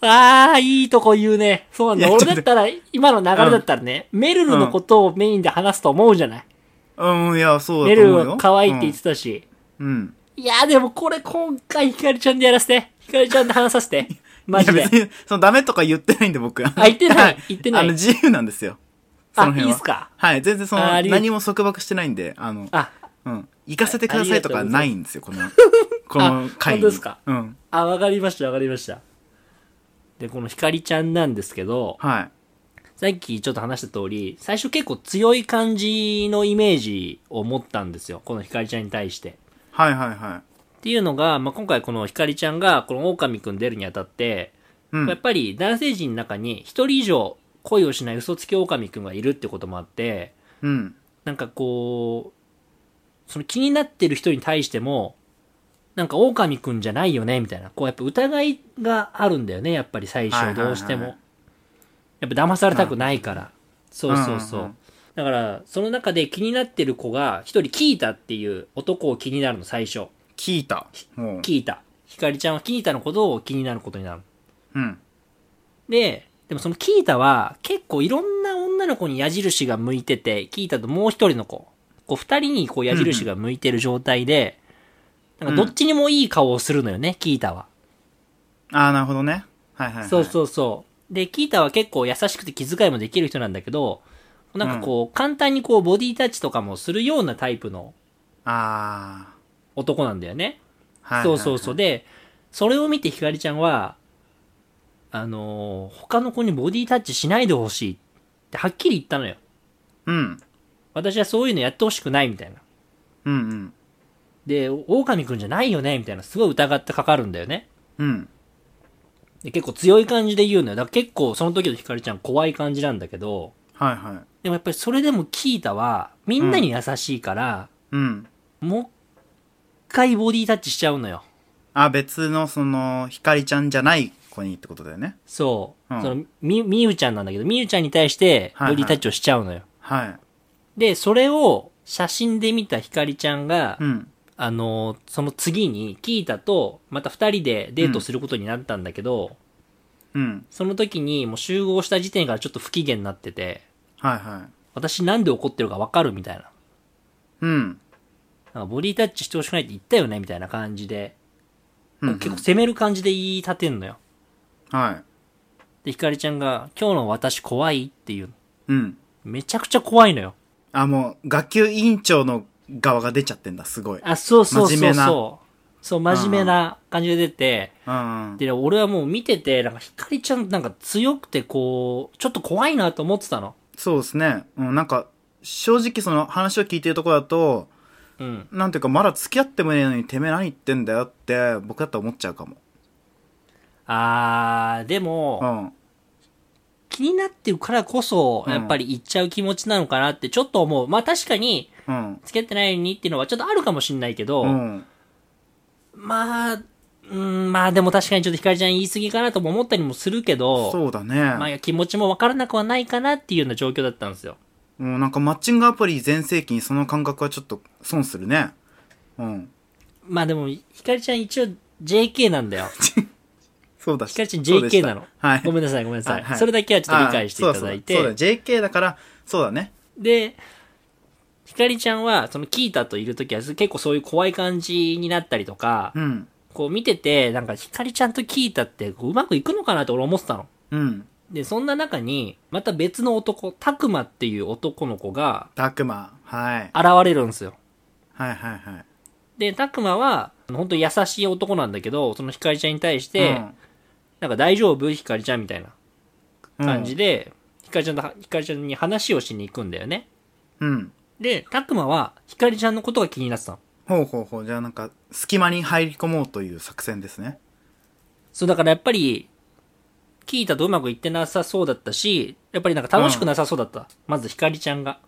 [SPEAKER 1] あー、いいとこ言うね。そうなん
[SPEAKER 2] い
[SPEAKER 1] だ。
[SPEAKER 2] や
[SPEAKER 1] 俺
[SPEAKER 2] ちょっ
[SPEAKER 1] だ
[SPEAKER 2] と
[SPEAKER 1] ったら、今の流れだったらね、メルルのことをメインで話すと思うじゃない。
[SPEAKER 2] うん、いや、そう
[SPEAKER 1] メ
[SPEAKER 2] だと
[SPEAKER 1] ルル
[SPEAKER 2] 思うよ。
[SPEAKER 1] は可愛いって言ってたし。
[SPEAKER 2] うん。うん。
[SPEAKER 1] いやー、でもこれ今回ひかりちゃんでやらせて。ひかりちゃんで話させて。マジ
[SPEAKER 2] い
[SPEAKER 1] で
[SPEAKER 2] や。別に、そのダメとか言ってないんで僕。あ
[SPEAKER 1] あ、言ってない。言ってな
[SPEAKER 2] の、
[SPEAKER 1] い。
[SPEAKER 2] 自由なんですよ。そ
[SPEAKER 1] あ、
[SPEAKER 2] の
[SPEAKER 1] い
[SPEAKER 2] 辺
[SPEAKER 1] い
[SPEAKER 2] は。
[SPEAKER 1] っすか。
[SPEAKER 2] はい、全然その、
[SPEAKER 1] ああり
[SPEAKER 2] 何も束縛してないんで、あの、
[SPEAKER 1] あ、
[SPEAKER 2] うん。行かせてくださいと
[SPEAKER 1] あ
[SPEAKER 2] か
[SPEAKER 1] ありがとうございます
[SPEAKER 2] ないんですよ、この、 この回に。
[SPEAKER 1] 本当ですか
[SPEAKER 2] うん。
[SPEAKER 1] あ、わかりました、わかりました。で、このひかりちゃんなんですけど、
[SPEAKER 2] はい。
[SPEAKER 1] さっきちょっと話した通り、最初結構強い感じのイメージを持ったんですよ。このひかりちゃんに対して。
[SPEAKER 2] はいはいはい。
[SPEAKER 1] っていうのが、まあ、今回このひかりちゃんが、この狼くん出るにあたって、
[SPEAKER 2] う
[SPEAKER 1] やっ
[SPEAKER 2] ん。
[SPEAKER 1] ぱり男性陣の中に一人以上恋をしない嘘つき狼くんがいるってこともあって、
[SPEAKER 2] うん。
[SPEAKER 1] なんかこう、その気になってる人に対しても、なんか狼くんじゃないよね、みたいな。こうやっぱ疑いがあるんだよね、やっぱり最
[SPEAKER 2] は
[SPEAKER 1] 初
[SPEAKER 2] いはいはい
[SPEAKER 1] どうしても。やっぱ騙されたくないから。そうそうそ
[SPEAKER 2] うんうん
[SPEAKER 1] う
[SPEAKER 2] う。
[SPEAKER 1] んだから、その中で気になってる子が一人聞いたっていう男を気になるの、最初。
[SPEAKER 2] 聞いた。もう。
[SPEAKER 1] 聞いた。ひかりちゃんは聞いたのことを気になることになる。
[SPEAKER 2] うん。
[SPEAKER 1] で、でもそのキータは結構いろんな女の子に矢印が向いてて、キータともう一人の子、こう二人にこう矢印が向いてる状態で、なんかどっちにもいい顔をするのよね、キータは。
[SPEAKER 2] ああ、なるほどね。はいはい、はい。
[SPEAKER 1] そうそうそう。で、キータは結構優しくて気遣いもできる人なんだけど、なんかこう、簡単にこう、ボディタッチとかもするようなタイプの
[SPEAKER 2] あ
[SPEAKER 1] 男なんだよね。
[SPEAKER 2] あ。はいはいはい
[SPEAKER 1] そうそうそう。。で、それを見てひかりちゃんは、あのー他の子にボディタッチしないでほしいってはっきり言ったのよ。
[SPEAKER 2] うん。
[SPEAKER 1] 私はそういうのやってほしくないみたいな。
[SPEAKER 2] うんうん。
[SPEAKER 1] で、狼くんじゃないよねみたいな、すごい疑ってかかるんだよね。
[SPEAKER 2] うん。
[SPEAKER 1] で結構強い感じで言うのよ。だから結構その時のひかりちゃん怖い感じなんだけど、
[SPEAKER 2] はいはい。
[SPEAKER 1] でもやっぱりそれでもキータは、みんなに優しいから、
[SPEAKER 2] うん。
[SPEAKER 1] もう一回ボディタッチしちゃうのよ。
[SPEAKER 2] あ、別の、その、ひかりちゃんじゃない子にってことだよね。
[SPEAKER 1] そう。
[SPEAKER 2] うん
[SPEAKER 1] そのみ、みゆちゃんなんだけど、みゆちゃんに対して、
[SPEAKER 2] はいは
[SPEAKER 1] ボ
[SPEAKER 2] い
[SPEAKER 1] ディタッチをしちゃうのよ。
[SPEAKER 2] はい。
[SPEAKER 1] で、それを、写真で見たひかりちゃんが、
[SPEAKER 2] うん。
[SPEAKER 1] あのー、その次に、キータと、また二人でデートすることになったんだけど、
[SPEAKER 2] うん。
[SPEAKER 1] その時に、もう集合した時点からちょっと不機嫌になってて、
[SPEAKER 2] はいはい。
[SPEAKER 1] 私なんで怒ってるかわかるみたいな。
[SPEAKER 2] う
[SPEAKER 1] な
[SPEAKER 2] ん。
[SPEAKER 1] んかボディタッチしてほしくないって言ったよねみたいな感じで、
[SPEAKER 2] うんうん
[SPEAKER 1] 結構攻める感じで言い立てんのよ。
[SPEAKER 2] はい。
[SPEAKER 1] で、ひかりちゃんが、今日の私怖いっていうの。
[SPEAKER 2] うん。
[SPEAKER 1] めちゃくちゃ怖いのよ。
[SPEAKER 2] あ、もう、学級委員長の側が出ちゃってんだ、すごい。
[SPEAKER 1] あ、そうそう
[SPEAKER 2] 真
[SPEAKER 1] そ
[SPEAKER 2] 面
[SPEAKER 1] う
[SPEAKER 2] 目な
[SPEAKER 1] そう。そう、真面目な感じで出て、
[SPEAKER 2] うん。
[SPEAKER 1] で、俺はもう見てて、なんかひかりちゃんなんか強くてこう、ちょっと怖いなと思ってたの。
[SPEAKER 2] そうですね。うん、なんか、正直その話を聞いてるところだと、
[SPEAKER 1] うん。
[SPEAKER 2] なんていうか、まだ付き合ってもねえのに、てめえ何言ってんだよって、僕だったら思っちゃうかも。
[SPEAKER 1] あー、で
[SPEAKER 2] う
[SPEAKER 1] も、
[SPEAKER 2] ん。
[SPEAKER 1] 気になってるからこそ、
[SPEAKER 2] うん
[SPEAKER 1] やっぱり言っちゃう気持ちなのかなってちょっと思う。まあ確かに、
[SPEAKER 2] うん。
[SPEAKER 1] 付き合ってないのにっていうのはちょっとあるかもしんないけど、
[SPEAKER 2] うん。
[SPEAKER 1] まあ、うん、まあでも確かにちょっとひかりちゃん言い過ぎかなとも思ったりもするけど、
[SPEAKER 2] そうだね。
[SPEAKER 1] まあいや気持ちもわからなくはないかなっていうような状況だったんですよ。
[SPEAKER 2] うん、なんかマッチングアプリ全盛期にその感覚はちょっと損するね。うん。
[SPEAKER 1] まあでも、ひかりちゃん一応 JK なんだよ。
[SPEAKER 2] そうだし。
[SPEAKER 1] ひかりちゃん
[SPEAKER 2] そうでし
[SPEAKER 1] JK
[SPEAKER 2] た
[SPEAKER 1] なの。
[SPEAKER 2] はい。
[SPEAKER 1] ごめんなさい、ごめんなさい。
[SPEAKER 2] はいはい
[SPEAKER 1] それだけはちょっと理解していただいて。
[SPEAKER 2] あそうだそうだ、JK だから、そうだね。
[SPEAKER 1] で、ひかりちゃんは、そのキータといるときは結構そういう怖い感じになったりとか、
[SPEAKER 2] うん。
[SPEAKER 1] こう見てて、なんかひかりちゃんとキータってこううまくいくのかなと俺思ってたの。
[SPEAKER 2] うん。
[SPEAKER 1] で、そんな中に、また別の男、たくまっていう男の子が
[SPEAKER 2] たくま。はい。
[SPEAKER 1] 現れるんですよ。
[SPEAKER 2] はいはいはい。
[SPEAKER 1] で、たくまは、本当に優しい男なんだけど、そのひかりちゃんに対して、なんか大丈夫ひかりちゃんみたいな
[SPEAKER 2] うん、
[SPEAKER 1] 感じで、ひかりちゃんと、ひかりちゃんに話をしに行くんだよね。
[SPEAKER 2] うん。うん。
[SPEAKER 1] で、たくまは、ひかりちゃんのことが気になってたの。
[SPEAKER 2] ほうほうほう。じゃあなんか、隙間に入り込もうという作戦ですね。
[SPEAKER 1] そう、だからやっぱり、キータとうまくいってなさそうだったし、やっぱりなんか楽しくなさそうだった。まずひかりちゃんが。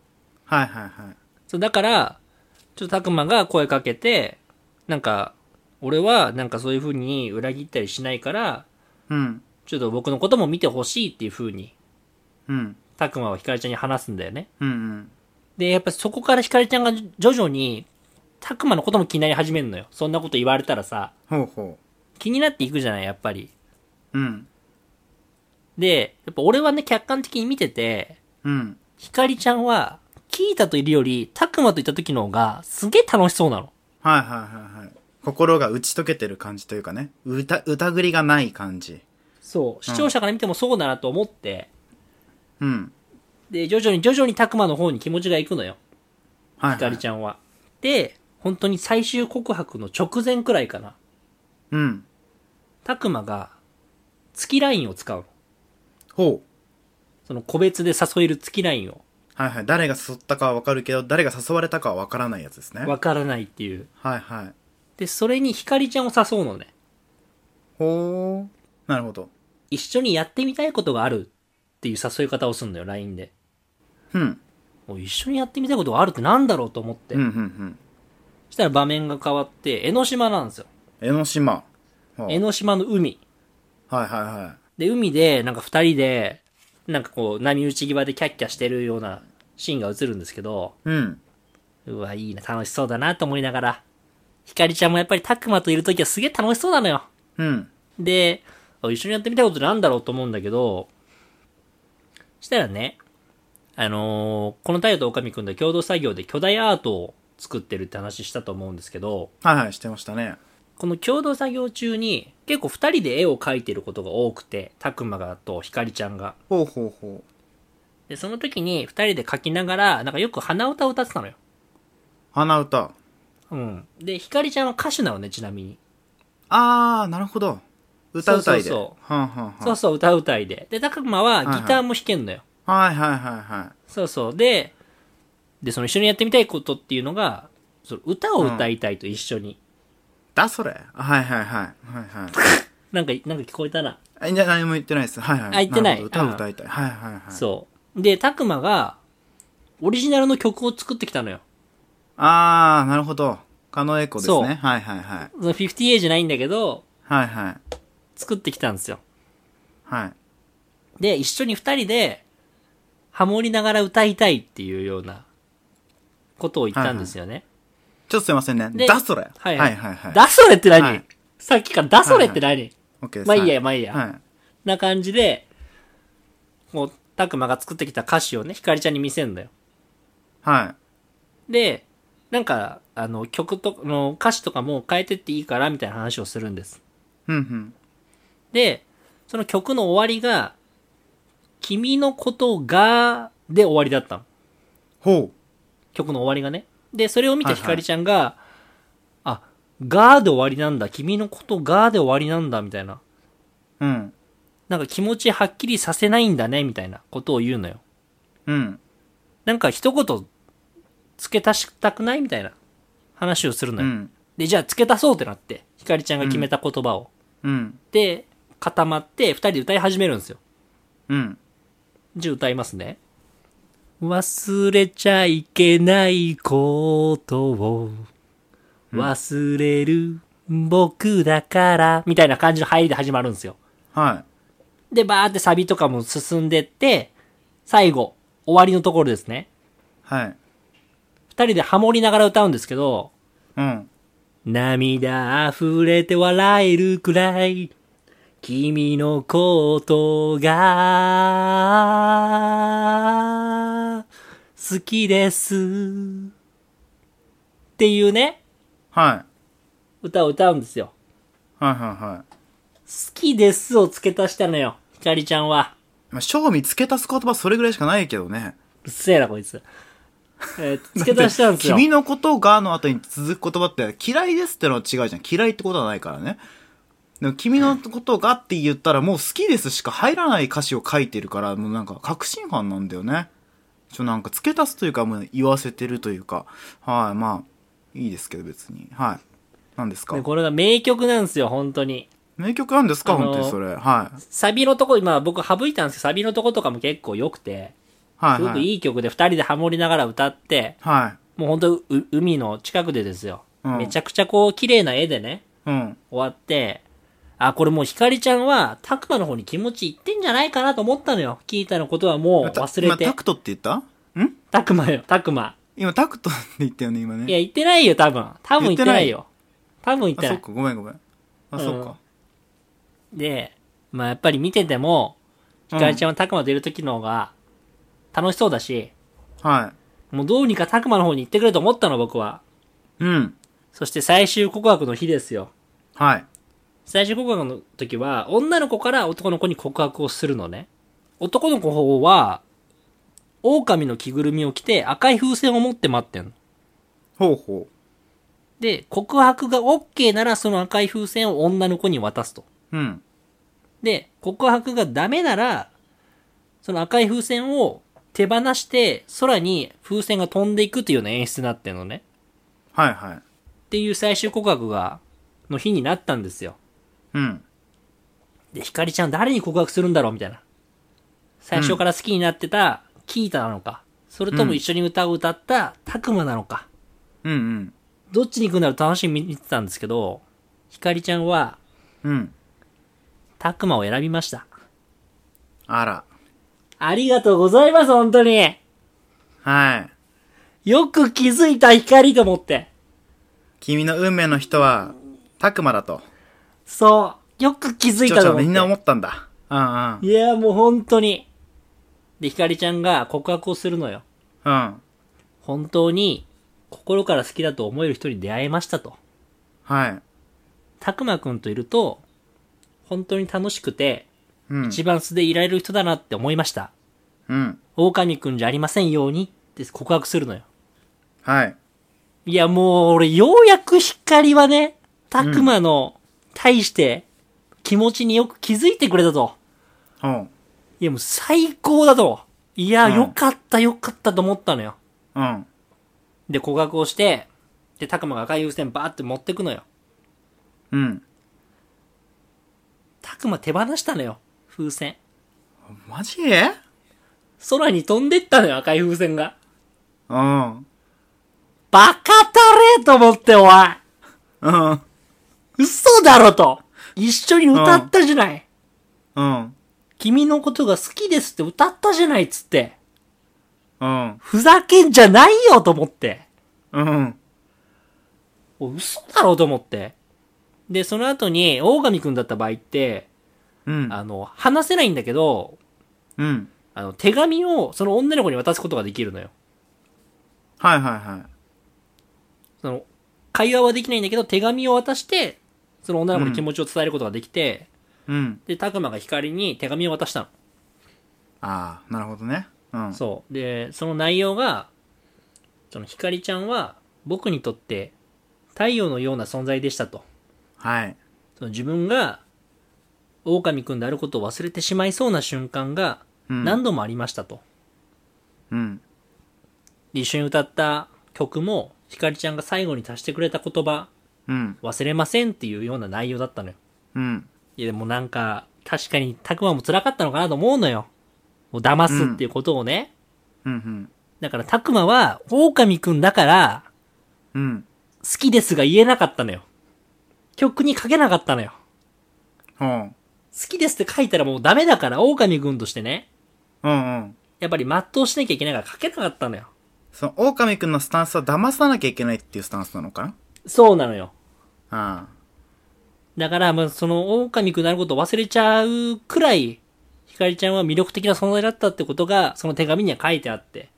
[SPEAKER 2] はいはいはい。
[SPEAKER 1] そう、だから、ちょっとたくまが声かけて、なんか、俺はなんかそういう風に裏切ったりしないから、
[SPEAKER 2] うん。
[SPEAKER 1] ちょっと僕のことも見てほしいっていう風に、
[SPEAKER 2] うん。
[SPEAKER 1] たくまはひかりちゃんに話すんだよね。
[SPEAKER 2] うんうん。
[SPEAKER 1] で、やっぱそこからひかりちゃんが徐々に、たくまのことも気になり始めるのよ。そんなこと言われたらさ、
[SPEAKER 2] ほうほ
[SPEAKER 1] 気になっていくじゃない、やっぱり。
[SPEAKER 2] う。うん。
[SPEAKER 1] で、やっぱ俺はね、客観的に見てて、
[SPEAKER 2] うん。
[SPEAKER 1] ひかりちゃんは、キータといるより、たくまといた時の方が、すげえ楽しそうなの。
[SPEAKER 2] はいはいはいはい。心が打ち解けてる感じというかね。うた、疑りがない感じ。
[SPEAKER 1] そう。視聴者から見てもそうだなと思って、
[SPEAKER 2] うん。
[SPEAKER 1] で、徐々に徐々にたくまの方に気持ちがいくのよ。
[SPEAKER 2] はい、はい。
[SPEAKER 1] ひかりちゃんは。で、本当に最終告白の直前くらいかな。
[SPEAKER 2] うん。
[SPEAKER 1] たくまが、月ラインを使うの。
[SPEAKER 2] ほう。
[SPEAKER 1] その個別で誘える月ラインを。
[SPEAKER 2] はいはい。誰が誘ったかはわかるけど、誰が誘われたかはわからないやつですね。
[SPEAKER 1] わからないっていう。
[SPEAKER 2] はいはい。
[SPEAKER 1] で、それにひかりちゃんを誘うのね。
[SPEAKER 2] ほう。なるほど。
[SPEAKER 1] 一緒にやってみたいことがあるっていう誘い方をするのよ、LINE で。
[SPEAKER 2] うん。
[SPEAKER 1] もう一緒にやってみたいことがあるってなんだろうと思って。
[SPEAKER 2] うんうんうん。
[SPEAKER 1] そしたら場面が変わって、江ノ島なんですよ。
[SPEAKER 2] 江ノ島。ほう
[SPEAKER 1] 江ノ島の海。
[SPEAKER 2] はいはいは
[SPEAKER 1] で、海で、なんか二人で、なんかこう、波打ち際でキャッキャしてるようなシーンが映るんですけど、
[SPEAKER 2] い。うん。
[SPEAKER 1] うわ、いいな、楽しそうだなと思いながら。ひかりちゃんもやっぱりたくまといるときはすげえ楽しそうなのよ。
[SPEAKER 2] うん。
[SPEAKER 1] で、一緒にやってみたいことなんだろうと思うんだけど、したらね、あのーこの太陽と狼くんの共同作業で巨大アートを作ってるって話したと思うんですけど、
[SPEAKER 2] はいはい、してましたね。
[SPEAKER 1] この共同作業中に結構二人で絵を描いてることが多くて、たくまがとひかりちゃんが。
[SPEAKER 2] ほうほうほ
[SPEAKER 1] で、その時に二人で書きながら、なんかよく鼻歌を歌ってたのよ。
[SPEAKER 2] 鼻歌。
[SPEAKER 1] うん。で、ひかりちゃんは歌手なのね、ちなみに。
[SPEAKER 2] あー、なるほど。歌うたいで。
[SPEAKER 1] そう
[SPEAKER 2] はんはんはん
[SPEAKER 1] そうそう、歌うたいで。で、高熊はギターも弾けんのよ。
[SPEAKER 2] はいはいはいはい。
[SPEAKER 1] そうそう。で、で、その一緒にやってみたいことっていうのが、その歌を歌いたいと一緒に。
[SPEAKER 2] だそれはいはいはい。はいはい。
[SPEAKER 1] なんか、なんか聞こえたな。
[SPEAKER 2] あいや、何も言ってないです。はいはい。
[SPEAKER 1] あ言ってない
[SPEAKER 2] るほど歌を歌いたい。はいはいはい。
[SPEAKER 1] そう。で、たくまが、オリジナルの曲を作ってきたのよ。
[SPEAKER 2] あー、なるほど。カノエコです
[SPEAKER 1] そう
[SPEAKER 2] ね。はいはいはい。
[SPEAKER 1] その 50A じゃないんだけど、
[SPEAKER 2] はいはい。
[SPEAKER 1] 作ってきたんですよ。
[SPEAKER 2] はい。
[SPEAKER 1] で、一緒に二人で、ハモりながら歌いたいっていうような、ことを言ったんですよね。
[SPEAKER 2] ちょっとすいませんね。
[SPEAKER 1] で
[SPEAKER 2] だそれ
[SPEAKER 1] はい
[SPEAKER 2] は
[SPEAKER 1] はい
[SPEAKER 2] いはいはい。
[SPEAKER 1] だそれって何、
[SPEAKER 2] はい
[SPEAKER 1] さっきからだそれって何、
[SPEAKER 2] オッケーです。
[SPEAKER 1] まあいいや
[SPEAKER 2] は
[SPEAKER 1] まあいいや
[SPEAKER 2] はい。
[SPEAKER 1] な感じで、こう、たくまが作ってきた歌詞をね、ひかりちゃんに見せるんだよ。
[SPEAKER 2] はい。
[SPEAKER 1] で、なんか、あの、曲と、あの歌詞とかも変えてっていいから、みたいな話をするんです。
[SPEAKER 2] ふんふん。
[SPEAKER 1] で、その曲の終わりが、君のことが、で終わりだったの。
[SPEAKER 2] ほ
[SPEAKER 1] 曲の終わりがね。で、それを見た
[SPEAKER 2] はいはい
[SPEAKER 1] ひかりちゃんが、あ、がーで終わりなんだ、君のことがーで終わりなんだ、みたいな。
[SPEAKER 2] う。うん。
[SPEAKER 1] なんか気持ちはっきりさせないんだね、みたいなことを言うのよ。
[SPEAKER 2] うん。
[SPEAKER 1] なんか一言、付け足したくないみたいな話をするの
[SPEAKER 2] う
[SPEAKER 1] よ。
[SPEAKER 2] ん。
[SPEAKER 1] で、じゃあ付け足そうってなって、ひかりちゃんが決めた言葉を。
[SPEAKER 2] うん。
[SPEAKER 1] で、固まって、二人で歌い始めるんですよ。
[SPEAKER 2] うん。
[SPEAKER 1] じゃあ歌いますね。忘れちゃいけないことを忘れる僕だから、みたいな感じの入りで始まるんですよ。
[SPEAKER 2] は
[SPEAKER 1] で、バーってサビとかも進んでって、最後、終わりのところですね。
[SPEAKER 2] い。はい。
[SPEAKER 1] 二人でハモりながら歌うんですけど、
[SPEAKER 2] うん。
[SPEAKER 1] 涙溢れて笑えるくらい、君のことが、好きです。っていうね、
[SPEAKER 2] はい。
[SPEAKER 1] 歌を歌うんですよ。
[SPEAKER 2] はいはいはい。
[SPEAKER 1] 好きですを付け足したのよ、ひかりちゃんは。
[SPEAKER 2] まあ、正味付け足す言葉それぐらいしかないけどね。
[SPEAKER 1] うっせえな、こいつ。えー付け足したんですよ。
[SPEAKER 2] 君のことがの後に続く言葉って嫌いですってのは違うじゃん。嫌いってことはないからね。でも君のことがって言ったらもう好きですしか入らない歌詞を書いてるから、もうなんか確信犯なんだよね。ちょ、なんか付け足すというかもう言わせてるというか。はい、まあ、いいですけど別に。はい。何ですか
[SPEAKER 1] ねこれが名曲なんですよ、本当に。
[SPEAKER 2] 名曲なんですか
[SPEAKER 1] あのー
[SPEAKER 2] 本当にそれ。はい。
[SPEAKER 1] サビのとこ、今僕省いたんですけど、サビのとことかも結構良くて。
[SPEAKER 2] はい、
[SPEAKER 1] すご
[SPEAKER 2] は
[SPEAKER 1] く
[SPEAKER 2] い。
[SPEAKER 1] いい曲で2人でハモりながら歌って、
[SPEAKER 2] はい。
[SPEAKER 1] もう本当う海の近くでですよ、
[SPEAKER 2] うん
[SPEAKER 1] めちゃくちゃこう綺麗な絵でね、
[SPEAKER 2] うん。
[SPEAKER 1] 終わって、あ、これもうひかりちゃんは、たくまの方に気持ちいってんじゃないかなと思ったのよ。聞いたのことはもう忘れ
[SPEAKER 2] 今
[SPEAKER 1] て
[SPEAKER 2] タ。クトって言ったん
[SPEAKER 1] たくまよ、たくま。
[SPEAKER 2] 今タクトって言ったよね、今ね。
[SPEAKER 1] いや、言ってないよ、多分。多分言ってないよ。多分言っ
[SPEAKER 2] あ、
[SPEAKER 1] て
[SPEAKER 2] そ
[SPEAKER 1] な
[SPEAKER 2] っ
[SPEAKER 1] い。
[SPEAKER 2] か、ごめんごめん。あ、そっか。
[SPEAKER 1] で、まあやっぱり見てても、ひかりちゃんはたくまといる時の方が楽しそうだし、
[SPEAKER 2] はい。
[SPEAKER 1] もうどうにかたくまの方に行ってくれと思ったの、僕は。
[SPEAKER 2] うん。
[SPEAKER 1] そして最終告白の日ですよ。
[SPEAKER 2] はい。
[SPEAKER 1] 最終告白の時は、女の子から男の子に告白をするのね。男の子の方は、狼の着ぐるみを着て赤い風船を持って待ってんの。
[SPEAKER 2] ほうほ
[SPEAKER 1] で、告白が OK ならその赤い風船を女の子に渡すと。
[SPEAKER 2] う。うん。
[SPEAKER 1] で、告白がダメなら、その赤い風船を手放して空に風船が飛んでいくというような演出になってんのね。
[SPEAKER 2] はいはい。
[SPEAKER 1] っていう最終告白が、の日になったんですよ。
[SPEAKER 2] うん。
[SPEAKER 1] で、ひかりちゃん誰に告白するんだろうみたいな。最初から好きになってた、キータなのか、それとも一緒に歌を歌った、たくまなのか、
[SPEAKER 2] うんうん。
[SPEAKER 1] どっちに行くんだろう楽しみに見てたんですけど、ひかりちゃんは、
[SPEAKER 2] うん。
[SPEAKER 1] たくまを選びました。
[SPEAKER 2] あら。
[SPEAKER 1] ありがとうございます、本当に。
[SPEAKER 2] はい。
[SPEAKER 1] よく気づいたひかりと思って。
[SPEAKER 2] 君の運命の人は、たくまだと。
[SPEAKER 1] そう。よく気づい
[SPEAKER 2] ちょ
[SPEAKER 1] た
[SPEAKER 2] ち
[SPEAKER 1] と
[SPEAKER 2] ょ
[SPEAKER 1] 思って。
[SPEAKER 2] みんな思ったんだ。うんうん。
[SPEAKER 1] いや、もう本当に。で、ひかりちゃんが告白をするのよ。
[SPEAKER 2] うん。
[SPEAKER 1] 本当に、心から好きだと思える人に出会えましたと。
[SPEAKER 2] はい。
[SPEAKER 1] たくまくんといると、本当に楽しくて、
[SPEAKER 2] うん。
[SPEAKER 1] 一番素でいられる人だなって思いました。
[SPEAKER 2] うん。
[SPEAKER 1] 狼くんじゃありませんようにって告白するのよ。
[SPEAKER 2] はい。
[SPEAKER 1] いや、もう俺、ようやく光はね、たくまの、対して、気持ちによく気づいてくれたと。
[SPEAKER 2] ほ
[SPEAKER 1] いや、もう最高だと。いや、
[SPEAKER 2] うん
[SPEAKER 1] よかった、よかったと思ったのよ。
[SPEAKER 2] う。うん。
[SPEAKER 1] で、告白をして、で、たくまが赤い風船バーって持ってくのよ。
[SPEAKER 2] うん。
[SPEAKER 1] たくま手放したのよ、風船。
[SPEAKER 2] マジうん。
[SPEAKER 1] 空に飛んでったのよ、赤い風船が。
[SPEAKER 2] うん。
[SPEAKER 1] バカたれと思って、おい
[SPEAKER 2] うん。
[SPEAKER 1] 嘘だろと一緒に歌ったじゃない、
[SPEAKER 2] うん。
[SPEAKER 1] 君のことが好きですって歌ったじゃないっつって。
[SPEAKER 2] うん。
[SPEAKER 1] ふざけんじゃないよと思って。
[SPEAKER 2] うん。
[SPEAKER 1] お嘘だろと思って。で、その後に、大神くんだった場合って、
[SPEAKER 2] うん。
[SPEAKER 1] あの、話せないんだけど、
[SPEAKER 2] うん。
[SPEAKER 1] あの、手紙をその女の子に渡すことができるのよ。
[SPEAKER 2] はいはいはい。
[SPEAKER 1] その、会話はできないんだけど、手紙を渡して、その女の子に気持ちを伝えることができて、
[SPEAKER 2] うん。
[SPEAKER 1] で、たくまが光に手紙を渡したの。
[SPEAKER 2] ああ、なるほどね。うん。
[SPEAKER 1] そう。で、その内容が、その光ちゃんは、僕にとって、太陽のような存在でしたと。
[SPEAKER 2] はい。
[SPEAKER 1] その自分が、狼くんであることを忘れてしまいそうな瞬間が、
[SPEAKER 2] うん
[SPEAKER 1] 何度もありましたと。
[SPEAKER 2] うん。
[SPEAKER 1] で、一緒に歌った曲も、光ちゃんが最後に足してくれた言葉、
[SPEAKER 2] うん。
[SPEAKER 1] 忘れませんっていうような内容だったのよ。
[SPEAKER 2] うん。
[SPEAKER 1] いや、でもなんか、確かに、たくまも辛かったのかなと思うのよ。もう騙すっていうことをね。
[SPEAKER 2] うん。うん。
[SPEAKER 1] だから、たくまは、狼くんだから、
[SPEAKER 2] うん。
[SPEAKER 1] 好きですが言えなかったのよ。曲に書けなかったのよ。
[SPEAKER 2] ほう。
[SPEAKER 1] 好きですって書いたらもうダメだから、狼軍としてね。
[SPEAKER 2] うんうん。
[SPEAKER 1] やっぱり全うしなきゃいけないから書けなかったのよ。
[SPEAKER 2] その、狼くんのスタンスは騙さなきゃいけないっていうスタンスなのかな
[SPEAKER 1] そうなのよ。
[SPEAKER 2] あ
[SPEAKER 1] だから、まあ、その狼くんになることを忘れちゃうくらい、ひかりちゃんは魅力的な存在だったってことが、その手紙には書いてあって。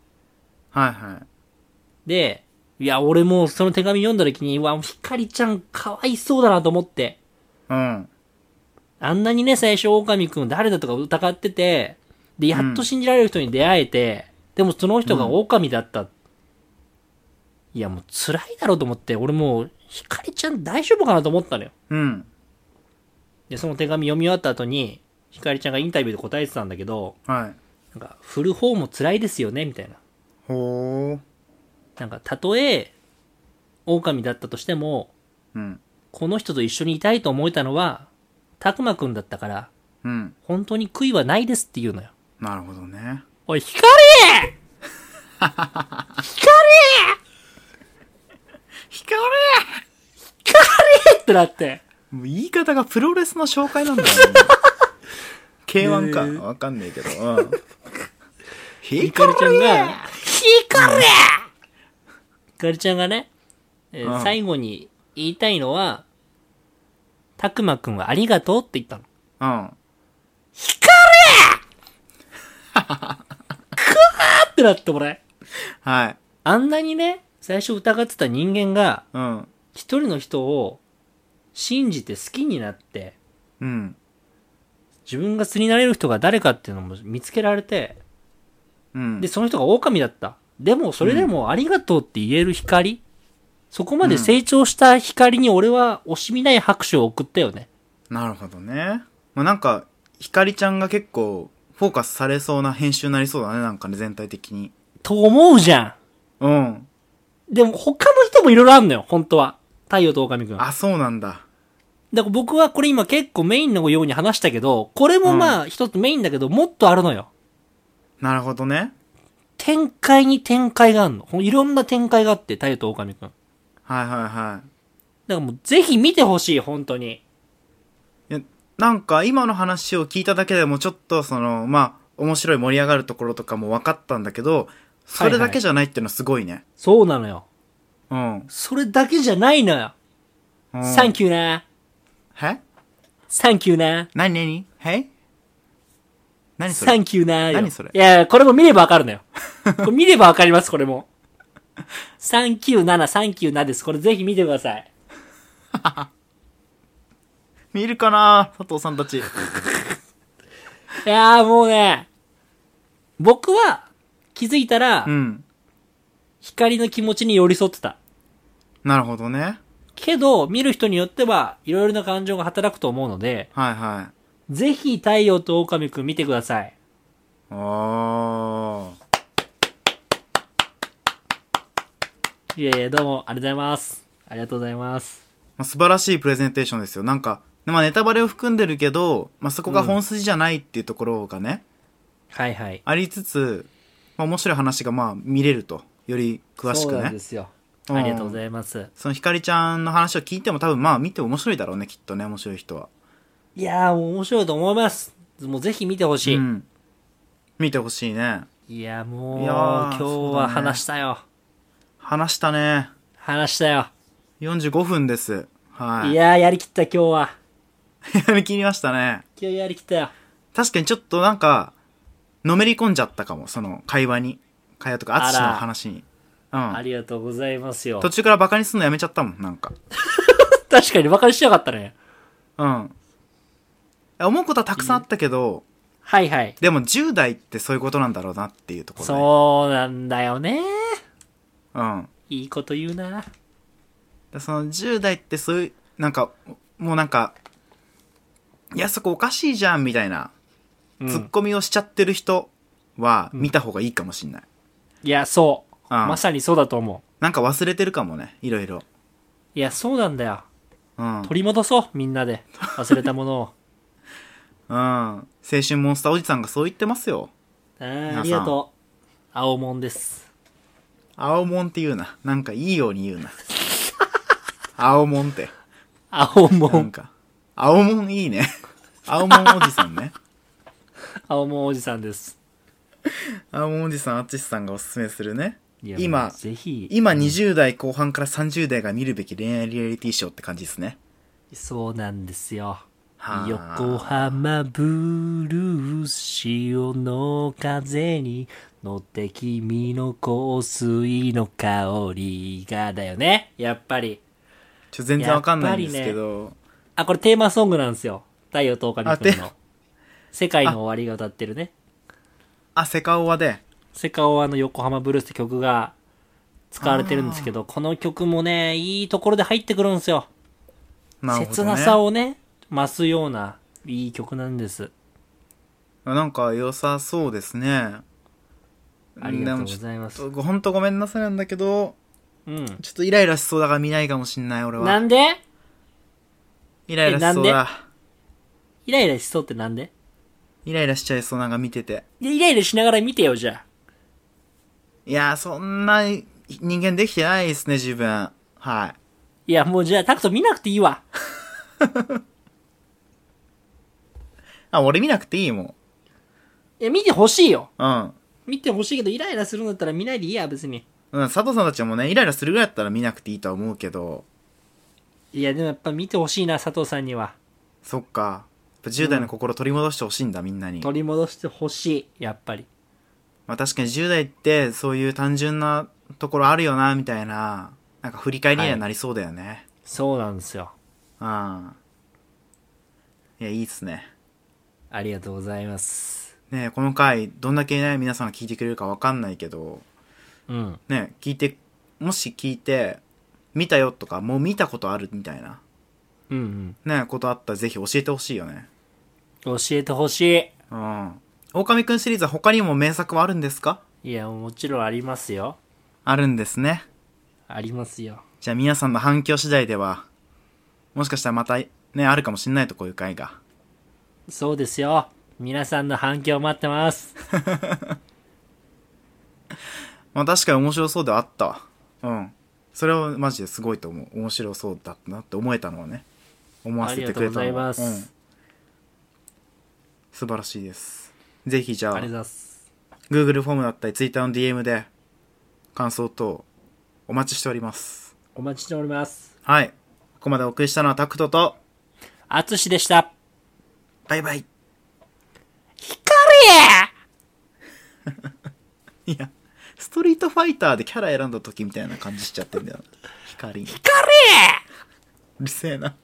[SPEAKER 2] あ。はいはい。
[SPEAKER 1] で、いや、俺もうその手紙読んだ時に、うわ、ひかりちゃんかわいそうだなと思って。
[SPEAKER 2] うん。
[SPEAKER 1] あんなにね、最初、狼くん誰だとか疑ってて、で、やっと信じられる人に出会えて、でもその人が狼だった。いや、もう辛いだろうと思って、俺もう、ひかりちゃん大丈夫かなと思ったのよ。
[SPEAKER 2] うん。
[SPEAKER 1] で、その手紙読み終わった後に、ひかりちゃんがインタビューで答えてたんだけど、
[SPEAKER 2] はい。
[SPEAKER 1] なんか、振る方も辛いですよね、みたいな。
[SPEAKER 2] ほ
[SPEAKER 1] なんか、たとえ、狼だったとしても、
[SPEAKER 2] う。うん。
[SPEAKER 1] この人と一緒にいたいと思えたのは、たくまくんだったから、
[SPEAKER 2] うん。
[SPEAKER 1] 本当に悔いはないですって言うのよ。
[SPEAKER 2] なるほどね。
[SPEAKER 1] おい、光光
[SPEAKER 2] 光
[SPEAKER 1] ってなって。
[SPEAKER 2] もう言い方がプロレスの紹介なんだよね。K1
[SPEAKER 1] ねえ
[SPEAKER 2] か。わかんないけど。うん。
[SPEAKER 1] ひ
[SPEAKER 2] 光
[SPEAKER 1] かりちゃんが、ひかりひかりちゃんがね、えー
[SPEAKER 2] うん
[SPEAKER 1] 最後に言いたいのは、たくまくんはありがとうって言ったの。
[SPEAKER 2] うん。
[SPEAKER 1] あってなって俺。
[SPEAKER 2] はい。
[SPEAKER 1] あんなにね、最初疑ってた人間が、
[SPEAKER 2] うん。
[SPEAKER 1] 一人の人を信じて好きになって、
[SPEAKER 2] うん。
[SPEAKER 1] 自分が素になれる人が誰かっていうのも見つけられて、
[SPEAKER 2] うん。
[SPEAKER 1] で、その人が狼だった。でも、それでもありがとうって言える光、そこまで成長した光に俺は惜しみない拍手を送ったよね。
[SPEAKER 2] なるほどね。まあ、なんか、ひかりちゃんが結構、フォーカスされそうな編集になりそうだね、なんかね、全体的に。
[SPEAKER 1] と思うじゃ
[SPEAKER 2] うん。
[SPEAKER 1] ん。でも、他の人もいろいろあんのよ、本当は。太陽と狼くん。だか
[SPEAKER 2] あ、そうなんだ。
[SPEAKER 1] ら僕はこれ今結構メインのように話したけど、これもまあ一つメインだけど、もっとあるのよ。
[SPEAKER 2] なるほどね。
[SPEAKER 1] 展開に展開があるの。ほんいろんな展開があって、太陽と狼くん。だか
[SPEAKER 2] はいはいはい。
[SPEAKER 1] らもうぜひ見てほしい、本当に。
[SPEAKER 2] いやなんか今の話を聞いただけでもちょっとそのまあ面白い盛り上がるところとかも分かったんだけどそれだけじゃないっていうのはすごいね、
[SPEAKER 1] そうなのよ。
[SPEAKER 2] うん
[SPEAKER 1] それだけじゃないのよ。
[SPEAKER 2] うん
[SPEAKER 1] サンキューな。
[SPEAKER 2] え
[SPEAKER 1] サンキューな。
[SPEAKER 2] 何何え何そ
[SPEAKER 1] サ
[SPEAKER 2] れ
[SPEAKER 1] ンキューなーよ。
[SPEAKER 2] 何それ
[SPEAKER 1] いや、これも見ればわかるのよ。 これ見ればわかります、これも。397、397です。これぜひ見てください。
[SPEAKER 2] 見るかな佐藤さんたち
[SPEAKER 1] いやーもうね、僕は気づいたら、
[SPEAKER 2] うん。
[SPEAKER 1] 光の気持ちに寄り添ってた。
[SPEAKER 2] なるほどね。
[SPEAKER 1] けど、見る人によっては、いろいろな感情が働くと思うので、
[SPEAKER 2] はいはい。
[SPEAKER 1] ぜひ太陽と狼くん見てください。
[SPEAKER 2] あ
[SPEAKER 1] いやいや、どうもありがとうございます。ありがとうございます。
[SPEAKER 2] あ。素晴らしいプレゼンテーションですよ。なんか、まあネタバレを含んでるけど、まあそこが本筋じゃないっていうところがね、
[SPEAKER 1] はいはい。
[SPEAKER 2] ありつつ、まあ面白い話がまあ見れると。より詳しく
[SPEAKER 1] そうなん
[SPEAKER 2] ね
[SPEAKER 1] で。すよ。
[SPEAKER 2] うん
[SPEAKER 1] ありがとうございます。
[SPEAKER 2] そのひかりちゃんの話を聞いても多分まあ見ても面白いだろうね、きっとね、面白い人は。
[SPEAKER 1] いやー、もう面白いと思います。もうぜひ見てほしい。
[SPEAKER 2] うん。見てほしいね。
[SPEAKER 1] いや、もう、
[SPEAKER 2] いや
[SPEAKER 1] 今
[SPEAKER 2] ー
[SPEAKER 1] 日
[SPEAKER 2] そうだ
[SPEAKER 1] は
[SPEAKER 2] ね
[SPEAKER 1] 話したよ。
[SPEAKER 2] 話したね。
[SPEAKER 1] 話したよ。
[SPEAKER 2] 45分です。はい い。
[SPEAKER 1] やー、やりきった今日は。
[SPEAKER 2] やりきりましたね。
[SPEAKER 1] 今日やりきったよ。
[SPEAKER 2] 確かにちょっとなんか、のめり込んじゃったかも、その会話に。会話とか、
[SPEAKER 1] あら
[SPEAKER 2] あつしの話に。う
[SPEAKER 1] あ
[SPEAKER 2] ん。
[SPEAKER 1] りがとうございますよ
[SPEAKER 2] 途。中からバカにするのやめちゃったもん、なんか。
[SPEAKER 1] 確かにバカにしなかったね。
[SPEAKER 2] うん。思うことはたくさんあったけど、
[SPEAKER 1] はいはい。
[SPEAKER 2] でも10代ってそういうことなんだろうなっていうところで。
[SPEAKER 1] そうなんだよね。
[SPEAKER 2] う。うん。
[SPEAKER 1] いいこと言うな。
[SPEAKER 2] でその10代ってそういう、なんか、もうなんか、いや、そこおかしいじゃん、みたいな、
[SPEAKER 1] うん
[SPEAKER 2] ツッコミをしちゃってる人は、見た方がいいかもしんない。
[SPEAKER 1] いや、そう。
[SPEAKER 2] うん
[SPEAKER 1] まさにそうだと思う。
[SPEAKER 2] なんか忘れてるかもね、いろいろ。
[SPEAKER 1] いや、そうなんだよ。
[SPEAKER 2] うん。
[SPEAKER 1] 取り戻そう、みんなで。忘れたもの を。
[SPEAKER 2] うん。青春モンスターおじさんがそう言ってますよ。
[SPEAKER 1] あ
[SPEAKER 2] 皆
[SPEAKER 1] ー
[SPEAKER 2] さん
[SPEAKER 1] ありがとう。青もんです。
[SPEAKER 2] 青もんって言うな。なんかいいよう に言うな。青もんって。
[SPEAKER 1] 青も
[SPEAKER 2] なん
[SPEAKER 1] ん。
[SPEAKER 2] か。青もんいいね。青もんおじさんね。
[SPEAKER 1] 青もんおじさんです。
[SPEAKER 2] 青もんおじさん、あっちさんがおすすめするね。
[SPEAKER 1] いやもう
[SPEAKER 2] 今、
[SPEAKER 1] ぜひ。
[SPEAKER 2] 今20代後半から30代が見るべき恋愛リアリティショーって感じですね。
[SPEAKER 1] そうなんですよ。
[SPEAKER 2] はあ
[SPEAKER 1] 横浜ブルー潮の風に乗って君の香水の香りがだよね。やっぱり。
[SPEAKER 2] ちょ、全然わかんないんですけど。
[SPEAKER 1] あ、これテーマソングなんですよ。太陽と狼くん
[SPEAKER 2] あ
[SPEAKER 1] の。世界の終わりが歌ってるね。
[SPEAKER 2] あ、セカオワで。
[SPEAKER 1] セカオワの横浜ブルースって曲が使われてるんですけど、この曲もね、いいところで入ってくるんですよ。
[SPEAKER 2] なるほ
[SPEAKER 1] 切
[SPEAKER 2] ど、ね。
[SPEAKER 1] なさをね、増すような、いい曲なんです。
[SPEAKER 2] なんか良さそうですね。
[SPEAKER 1] ありがとうございま
[SPEAKER 2] ちょ
[SPEAKER 1] す
[SPEAKER 2] っ。とほんとごめんなさいなんだけど、
[SPEAKER 1] うん。
[SPEAKER 2] ちょっとイライラしそうだから見ないかもしんない、俺
[SPEAKER 1] な
[SPEAKER 2] は。
[SPEAKER 1] んで
[SPEAKER 2] イライラしそう
[SPEAKER 1] えな
[SPEAKER 2] だ。
[SPEAKER 1] イライラしそうってなんで
[SPEAKER 2] イライラしちゃいそうなんか見てて。
[SPEAKER 1] いやイライラしながら見てよ、じゃあ。
[SPEAKER 2] いやー、そんな人間できてないですね、自分。はい。
[SPEAKER 1] いや、もうじゃあ、タクト見なくていいわ。
[SPEAKER 2] あ、俺見なくていいもん。
[SPEAKER 1] いや、見てほしいよ。
[SPEAKER 2] うん。
[SPEAKER 1] 見てほしいけど、イライラするんだったら見ないでいいや、別に。
[SPEAKER 2] うん、佐藤さんたちもね、イライラするぐらいだったら見なくていいとは思うけど、
[SPEAKER 1] いや、でもやっぱ見てほしいな、佐藤さんには。
[SPEAKER 2] そっか。やっぱ10代の心取り戻してほしいんだ、みんなに。
[SPEAKER 1] 取り戻してほしい、やっぱり。
[SPEAKER 2] まあ確かに10代ってそういう単純なところあるよな、みたいな、なんか振り返りにはなりそうだよね。
[SPEAKER 1] そうなんですよ。
[SPEAKER 2] うん。いや、いいっすね。
[SPEAKER 1] ありがとうございます。
[SPEAKER 2] ねえこの回、どんだけね、皆さんが聞いてくれるかわかんないけど、
[SPEAKER 1] うん。
[SPEAKER 2] ねえ聞いて、もし聞いて、見たよとか、もう見たことあるみたいな、
[SPEAKER 1] うんうん。
[SPEAKER 2] ねえことあったらぜひ教えてほしいよね。
[SPEAKER 1] 教えてほし
[SPEAKER 2] うん。狼くんシリーズは他にも名作はあるんですか
[SPEAKER 1] い。いや、もちろんありますよ。
[SPEAKER 2] あるんですね。
[SPEAKER 1] ありますよ。
[SPEAKER 2] じゃあ皆さんの反響次第では、もしかしたらまたね、あるかもしんないとこういう回が。
[SPEAKER 1] そうですよ。皆さんの反響待ってます。
[SPEAKER 2] まあ確かに面白そうではあったわ。うん。それはマジですごいと思う。面白そうだったなって思えたのはね。思わ
[SPEAKER 1] あ
[SPEAKER 2] せ
[SPEAKER 1] り
[SPEAKER 2] て
[SPEAKER 1] が
[SPEAKER 2] く
[SPEAKER 1] とう
[SPEAKER 2] れ
[SPEAKER 1] ご
[SPEAKER 2] た
[SPEAKER 1] ざい
[SPEAKER 2] のは。
[SPEAKER 1] ます。あ
[SPEAKER 2] うん。素晴らしいです。ぜひじゃ
[SPEAKER 1] りがと
[SPEAKER 2] あ
[SPEAKER 1] うご、ざいます。
[SPEAKER 2] Google フォームだったり Twitter の DM で、感想等、お待ちしております。
[SPEAKER 1] お待ちしております。
[SPEAKER 2] はい。ここまでお送りしたのはタクトと、
[SPEAKER 1] あつしでした。
[SPEAKER 2] バイバイ。 いや、ストリートファイターでキャラ選んだ時みたいな感じしちゃってんだよな。光。光うるせえな。